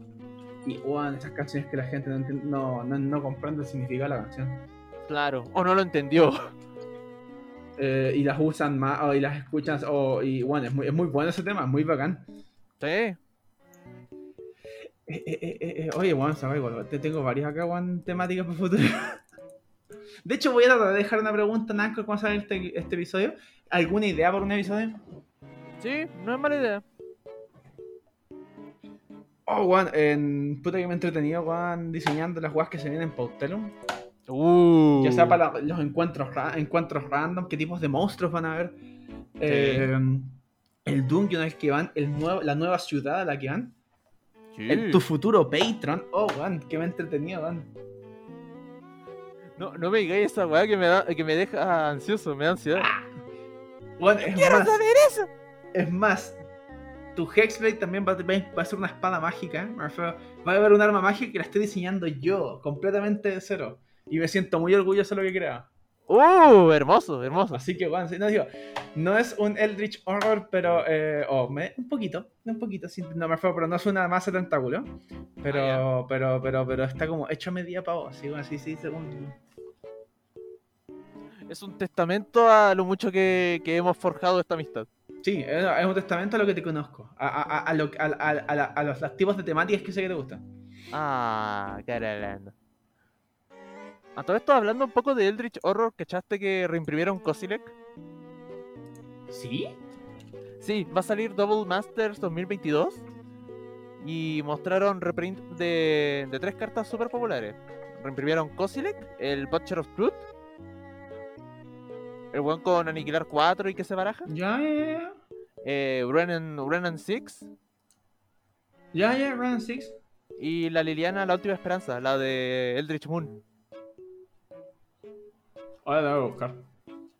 Speaker 1: Y wow, esas canciones que la gente no, entiende- no, no, no comprende el significado de la canción.
Speaker 2: Claro. O no lo entendió.
Speaker 1: Eh, y las usan más, o y las escuchan, o, y bueno, es muy, es muy bueno ese tema, es muy bacán.
Speaker 2: Sí.
Speaker 1: Eh, eh, eh, eh, eh, oye, bueno, sabes, bueno, te tengo varias acá, weón, temáticas para futuro. De hecho, voy a tratar de dejar una pregunta, Nanco, ¿cómo sale este, este episodio? ¿Alguna idea por un episodio?
Speaker 2: Sí, no es mala idea.
Speaker 1: Oh, weón, en puta que me he entretenido, weón, diseñando las weas que se vienen en Pautelum.
Speaker 2: Uh.
Speaker 1: Ya sea para los encuentros, ra- encuentros random, qué tipos de monstruos van a haber. Eh, el dungeon al que van, el nuevo, la nueva ciudad a la que van.
Speaker 2: Sí.
Speaker 1: el- tu futuro Patreon. Oh, weón, que me he entretenido, weón.
Speaker 2: No, no me digáis esa weá que me, da, que me deja ansioso, me da ansiedad.
Speaker 1: Ah, Weón, es más,
Speaker 2: eso!
Speaker 1: es más, tu Hexblade también va, va- va a ser una espada mágica. eh, me refiero- Va a haber un arma mágica que la estoy diseñando yo, completamente de cero. Y me siento muy orgulloso de lo que he creado.
Speaker 2: ¡Uh! Hermoso, hermoso.
Speaker 1: Así que, bueno, sí, no, digo, no es un Eldritch Horror, pero. eh, oh, me- un poquito, un poquito, sí, no me fue, pero no es una masa de tentáculo. Pero, pero, pero, pero está como hecho a medida para vos, sí, bueno, sí, sí, según.
Speaker 2: Es un testamento a lo mucho que, que hemos forjado esta amistad.
Speaker 1: Sí, es es un testamento a lo que te conozco, a, a, a- a lo- a- a- a la- a los, los tipos de temáticas que sé que te gustan.
Speaker 2: Ah, Garland. A todo esto, hablando un poco de Eldritch Horror, ¿cachaste que reimprimieron Cosilec?
Speaker 1: ¿Sí?
Speaker 2: Sí, va a salir Double Masters 2022. Y mostraron reprint de, de tres cartas super populares. Reimprimieron Kosilek, el Butcher of Truth. El buen con Aniquilar 4 y que se baraja.
Speaker 1: Ya, ya,
Speaker 2: Eh, Brennan, Brennan 6.
Speaker 1: ya. Ya, ya, Run 6.
Speaker 2: Y la Liliana, la última esperanza, la de Eldritch Moon.
Speaker 1: Ahora la voy a buscar.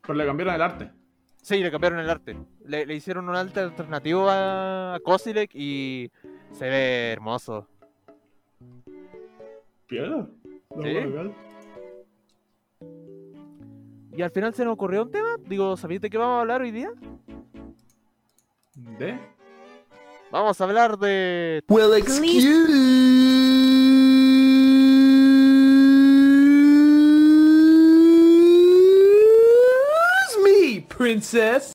Speaker 1: Pero le cambiaron el arte.
Speaker 2: Sí, le cambiaron el arte. Le, le hicieron un arte alternativo a, a Kosilek y se ve hermoso.
Speaker 1: ¿Piedra? No,
Speaker 2: Sí.
Speaker 1: legal.
Speaker 2: Y al final se nos ocurrió un tema. Digo, ¿sabéis de qué vamos a hablar hoy día?
Speaker 1: ¿De?
Speaker 2: Vamos a hablar de
Speaker 5: Well, excuse me, princess.